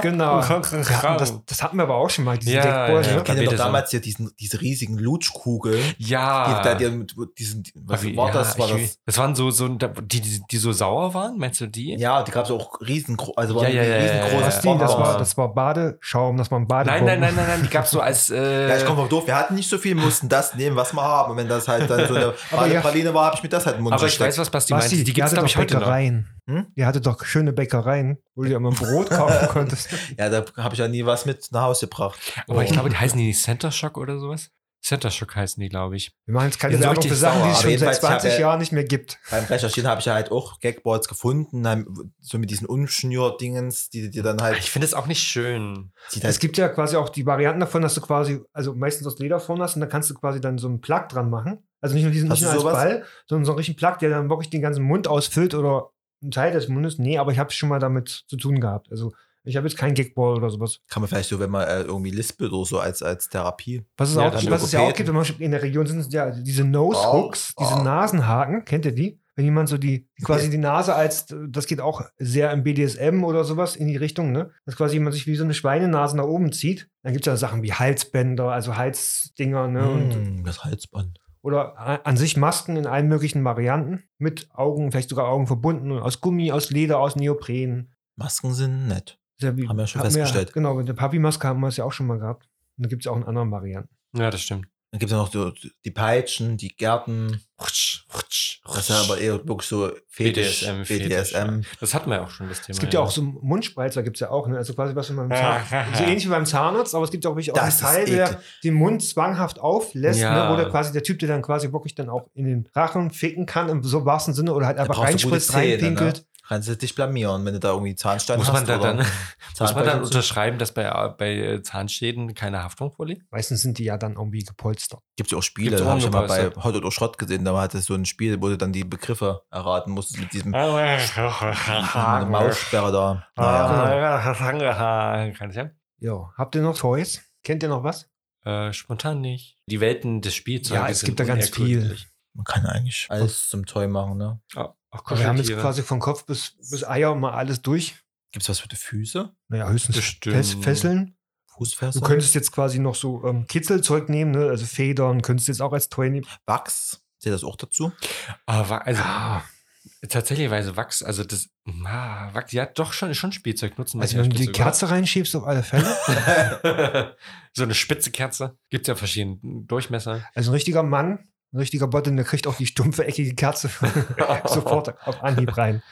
genau. Wir hatten das, das hatten wir aber auch schon mal, diesen Ja, Gagball. ja. Ne? Kennt ihr bitte doch so. damals hier diesen, diese riesigen Lutschkugeln, die da ja. dir mit diesen, was Wie- war ja, das? War Ah. ich- das? Das waren so, so die, die, die so sauer waren, meinst du die? Ja, die gab es auch riesengroß, also waren Ja, ja, ja, ja, riesengroße ja. Das, Ding, das, Bonbons. war, das war Badeschaum, das war ein Nein, Badebomben. nein, nein, nein, nein, die gab es so als. Äh, ja, ich komme vom Dorf, wir hatten nicht so viel, wir mussten das nehmen, was wir haben. Und wenn das halt dann so eine Aber ja. Praline war, habe ich mir das halt im Mund aber ich gesteckt. weiß, was Basti meint. Basti, Die gibt es, glaube ich, heute noch. Bäckereien. Hm? Ihr hattet doch schöne Bäckereien, wo du dir immer Brot kaufen konntest. Ja, da habe ich ja nie was mit nach Hause gebracht. Aber Oh, Oh. ich glaube, die heißen die nicht Center Shock oder sowas? Center Shock heißen die, glaube ich. Wir machen jetzt keine Bin so Werbung richtig für Sachen, die sauer, es aber schon seit jedenfalls, ich hab 20 ja- Jahren nicht mehr gibt. Beim Recherchieren habe ich ja halt auch Gagboards gefunden, dann so mit diesen Umschnür-Dingens, die dir dann halt. Ah, Ich finde es auch nicht schön. Die Es gibt ja quasi auch die Varianten davon, dass du quasi, also meistens aus Leder vorn hast und dann kannst du quasi dann so einen Plug dran machen. Also nicht nur diesen Hast nicht nur du als sowas? Ball, sondern so einen richtigen Plug, der dann wirklich den ganzen Mund ausfüllt oder einen Teil des Mundes. Nee, aber ich habe schon mal damit zu tun gehabt. Also ich habe jetzt keinen Gagball oder sowas. Kann man vielleicht so, wenn man äh, irgendwie lispelt oder so als, als Therapie. Was es, Ja, auch, dann was es ja auch Logopäden. gibt, wenn man in der Region sind es ja also diese Nose-Hooks, Oh, diese oh. Nasenhaken, kennt ihr die? Wenn jemand so die, quasi die Nase als, das geht auch sehr im BDSM oder sowas in die Richtung, ne? Dass quasi jemand sich wie so eine Schweinenase nach oben zieht. Dann gibt es ja Sachen wie Halsbänder, also Halsdinger, ne? Und, Mm, das Halsband. oder a- an sich Masken in allen möglichen Varianten. Mit Augen, vielleicht sogar Augen verbunden, aus Gummi, aus Leder, aus Neopren. Masken sind nett. Sehr wie- Haben wir ja schon hatten festgestellt. genau, mit der Papi-Maske haben wir es ja auch schon mal gehabt. Und da gibt es auch in anderen Varianten. Ja, das stimmt. Dann gibt es ja noch so die Peitschen, die Gärten. Rutsch, rutsch, rutsch. Das ist ja aber eher wirklich so Fetisch, BDSM, BDSM. Fetisch, Das hatten wir ja auch schon, das Thema. Es gibt ja auch so Mundspreizer, gibt es ja auch, ne? Also quasi was man beim Zahnarzt. so ähnlich wie beim Zahnarzt, aber es gibt auch wirklich auch Das ist einen Teil, der eklig. den Mund zwanghaft auflässt, Ja. ne? wo der quasi der Typ, der dann quasi wirklich dann auch in den Rachen ficken kann, im so wahrsten Sinne, oder halt Da einfach brauchst du gute reinspritzt, Zähne. reinpinkelt. Ne? Kannst du dich blamieren, wenn du da irgendwie Zahnstein muss hast. man, da oder dann, muss man dann Zahnfleisch und so. unterschreiben, dass bei, bei Zahnschäden keine Haftung vorliegt? Meistens sind die ja dann irgendwie gepolstert. Gibt's ja auch Spiele, Gibt's auch habe ich ja mal bei angepasst, Hot oder Schrott gesehen, da hatte es so ein Spiel, wo du dann die Begriffe erraten musstest mit diesem Ah, eine Maussperre da. Naja. Ah, Kann ich ja? Ja. Habt ihr noch Toys? Kennt ihr noch was? Äh, spontan nicht. Die Welten des Spielzeugs. Ja, es sind gibt da ganz unergründlich. Man kann eigentlich alles zum Toy machen, ne? Ah, auch Wir haben jetzt Kuscheltiere. quasi von Kopf bis, bis Eier mal alles durch. Gibt's was für die Füße? Naja, höchstens Bestimmt. Fess Fesseln. Fußfäße? Du könntest jetzt quasi noch so ähm, Kitzelzeug nehmen, ne? also Federn, könntest jetzt auch als Toy nehmen. Wachs? Zählt das auch dazu? Ah, wa- also, Ah. tatsächlich Wachs, also das, ah, Wachs, ja, doch schon, schon Spielzeug nutzen. Also wir wenn ja du die Spielzeug, oder? Kerze reinschiebst, auf alle Fälle. so eine spitze Kerze. Gibt ja verschiedene Durchmesser. Also ein richtiger Mann, ein richtiger Bottle, der kriegt auch die stumpfe, eckige Kerze sofort auf Anhieb rein.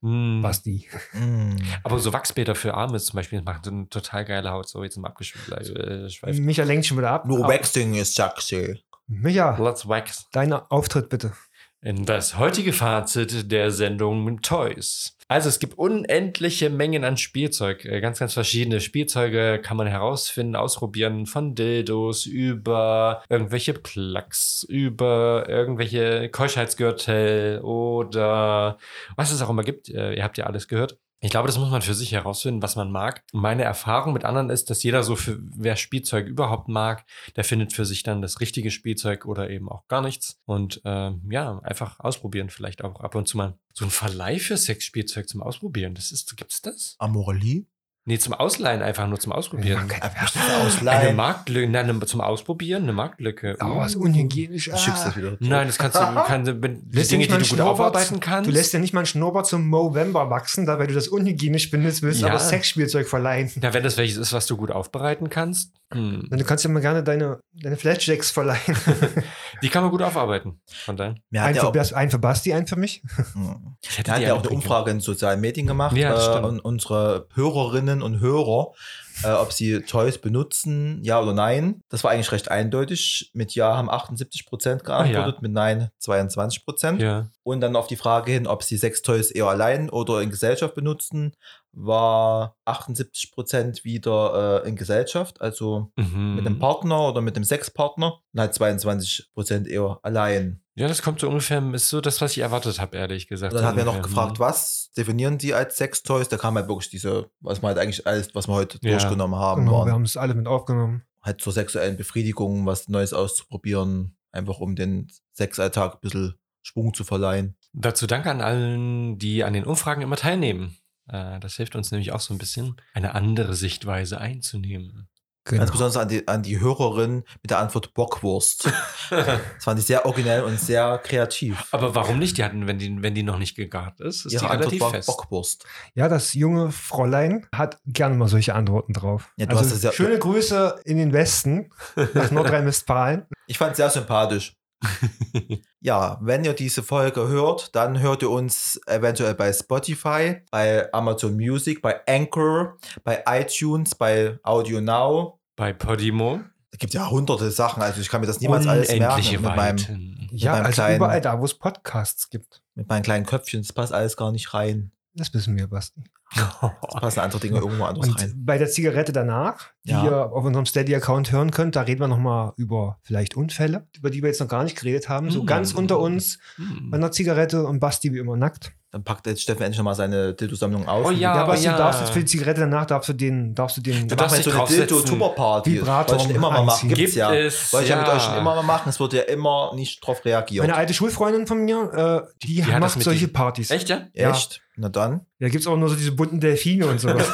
Mm. Basti. Mm. Aber so Wachsbäder für Arme zum Beispiel, das macht so eine total geile Haut, so jetzt im Abgeschweifen. Äh, Micha lenkt schon wieder ab. Nur Aber- Waxing ist sexy. Micha, Lots Wax. dein Auftritt bitte. in das heutige Fazit der Sendung Toys. Also es gibt unendliche Mengen an Spielzeug, äh, ganz, ganz verschiedene Spielzeuge kann man herausfinden, ausprobieren, von Dildos über irgendwelche Plugs, über irgendwelche Keuschheitsgürtel oder was es auch immer gibt. Äh, Ihr habt ja alles gehört. Ich glaube, das muss man für sich herausfinden, was man mag. Meine Erfahrung mit anderen ist, dass jeder so für, wer Spielzeug überhaupt mag, der findet für sich dann das richtige Spielzeug oder eben auch gar nichts. Und ähm, ja, einfach ausprobieren, vielleicht auch ab und zu mal so ein Verleih für Sexspielzeug zum Ausprobieren. Das ist, gibt's das? Amorelie? Nee, zum Ausleihen einfach nur zum Ausprobieren. Eine Ausleihen. Marktlücke, nein, eine- zum Ausprobieren, eine Marktlücke. Uh. Oh, ist unhygienisch. Ah. Ich schick's das wieder. Nein, das kannst du, kann, wenn, lässt Dinge, dir nicht mal die du gut Schnurrbart- aufarbeiten kannst. Du lässt ja nicht mal einen Schnurrbart zum Movember wachsen, da weil du das unhygienisch findest, willst Ja. aber Sexspielzeug verleihen. Na, wenn das welches ist, was du gut aufbereiten kannst, hm. Und du kannst ja mal gerne deine, deine Flashjacks verleihen. die kann man gut aufarbeiten. Von daher. Mir hat Einen ja für, auch, Bas- einen für Basti, einen für mich. Mhm. Ich hätte Wir hatten ja auch eine anbringen Umfrage in sozialen Medien gemacht Ja, das äh, stimmt. und unsere Hörerinnen und Hörer, äh, ob sie Toys benutzen, ja oder nein. Das war eigentlich recht eindeutig. Mit Ja haben 78 Prozent geantwortet, mit Nein 22 können. Prozent. Ja. Und dann auf die Frage hin, ob sie Sex Toys eher allein oder in Gesellschaft benutzen, war 78 Prozent wieder äh, in Gesellschaft, also Mhm. mit einem Partner oder mit einem Sexpartner. Und halt 22 Prozent eher allein. ja, das kommt so ungefähr, ist so das, was ich erwartet habe, ehrlich gesagt. Und dann haben wir noch Ungefähr. ne? gefragt, was definieren die als Sextoys? Da kam halt wirklich diese, was man halt eigentlich alles, was wir heute Ja. durchgenommen haben, Genau, wir waren haben es alle mit aufgenommen. halt zur sexuellen Befriedigung, was Neues auszuprobieren, einfach um den Sexalltag ein bisschen Schwung zu verleihen. Dazu danke an allen, die an den Umfragen immer teilnehmen. Äh, Das hilft uns nämlich auch so ein bisschen, eine andere Sichtweise einzunehmen. Genau. Ganz besonders an die, an die Hörerin mit der Antwort Bockwurst. das fand ich sehr originell und sehr kreativ. Aber warum nicht? Die hatten, wenn die, wenn die noch nicht gegart ist, ist die Ihre Antwort relativ war fest. Bockwurst. Ja, das junge Fräulein hat gerne mal solche Antworten drauf. Also Ja, du hast das ja- schöne Grüße in den Westen, nach Nordrhein-Westfalen. Ich fand es sehr sympathisch. ja, wenn ihr diese Folge hört, dann hört ihr uns eventuell bei Spotify, bei Amazon Music, bei Anchor, bei iTunes, bei Audio Now. Bei Podimo. Da gibt ja hunderte Sachen, also ich kann mir das niemals alles merken Unendliche mit meinem, Weiten. Ja, meinem also kleinen- überall da, wo es Podcasts gibt. mit meinem kleinen Köpfchen. Das passt alles gar nicht rein. Das wissen wir, Basti. Da passen andere Dinge irgendwo anders Und rein. bei der Zigarette danach, die Ja. ihr auf unserem Steady-Account hören könnt, da reden wir nochmal über vielleicht Unfälle, über die wir jetzt noch gar nicht geredet haben. So Mhm. ganz unter uns, Hm. bei einer Zigarette und Basti wie immer nackt. Dann packt jetzt Steffen endlich nochmal seine Dildo-Sammlung aus. Oh ja, Ja, aber Basti, ja. darfst jetzt für die Zigarette danach, darfst du den, darfst du den, Wir Du darfst machen jetzt so dich eine draufsetzen. Dildo-Tuber-Party. Vibrator Wollte ich schon immer mal machen. einziehen. Gibt's Gibt ja. es, Wollte ich ja mit ja. euch schon immer mal machen. Es wird ja immer nicht drauf reagiert. Meine alte Schulfreundin von mir, äh, die, Die hat das macht mit solche den- Partys. Echt, ja? Echt? Na dann. Da gibt es auch nur so diese bunten Delfine und sowas.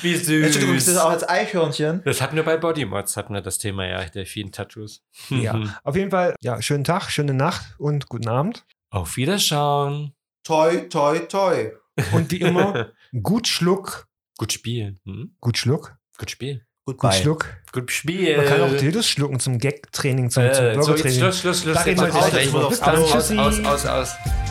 Wie Entschuldigung, ist das süß. auch als Eichhörnchen? Das hatten wir bei Bodymods, hatten wir das Thema ja, der vielen Tattoos. ja. Auf jeden Fall, ja, schönen Tag, schöne Nacht und guten Abend. Auf Wiederschauen. Toi, toi, toi. Und wie immer, gut Schluck, Gut spielen. Hm? gut Schluck, Gut spielen. gut Goodbye. Schluck. Gut spielen. Man kann auch Dildos schlucken zum Gag-Training, zum, zum äh, so, jetzt Blogger-Training. Schluss, Schluss, Schluss. Da jetzt reden wir mal jetzt aus, gleich drüber. aus, aus, Tschüssi. aus, aus, aus.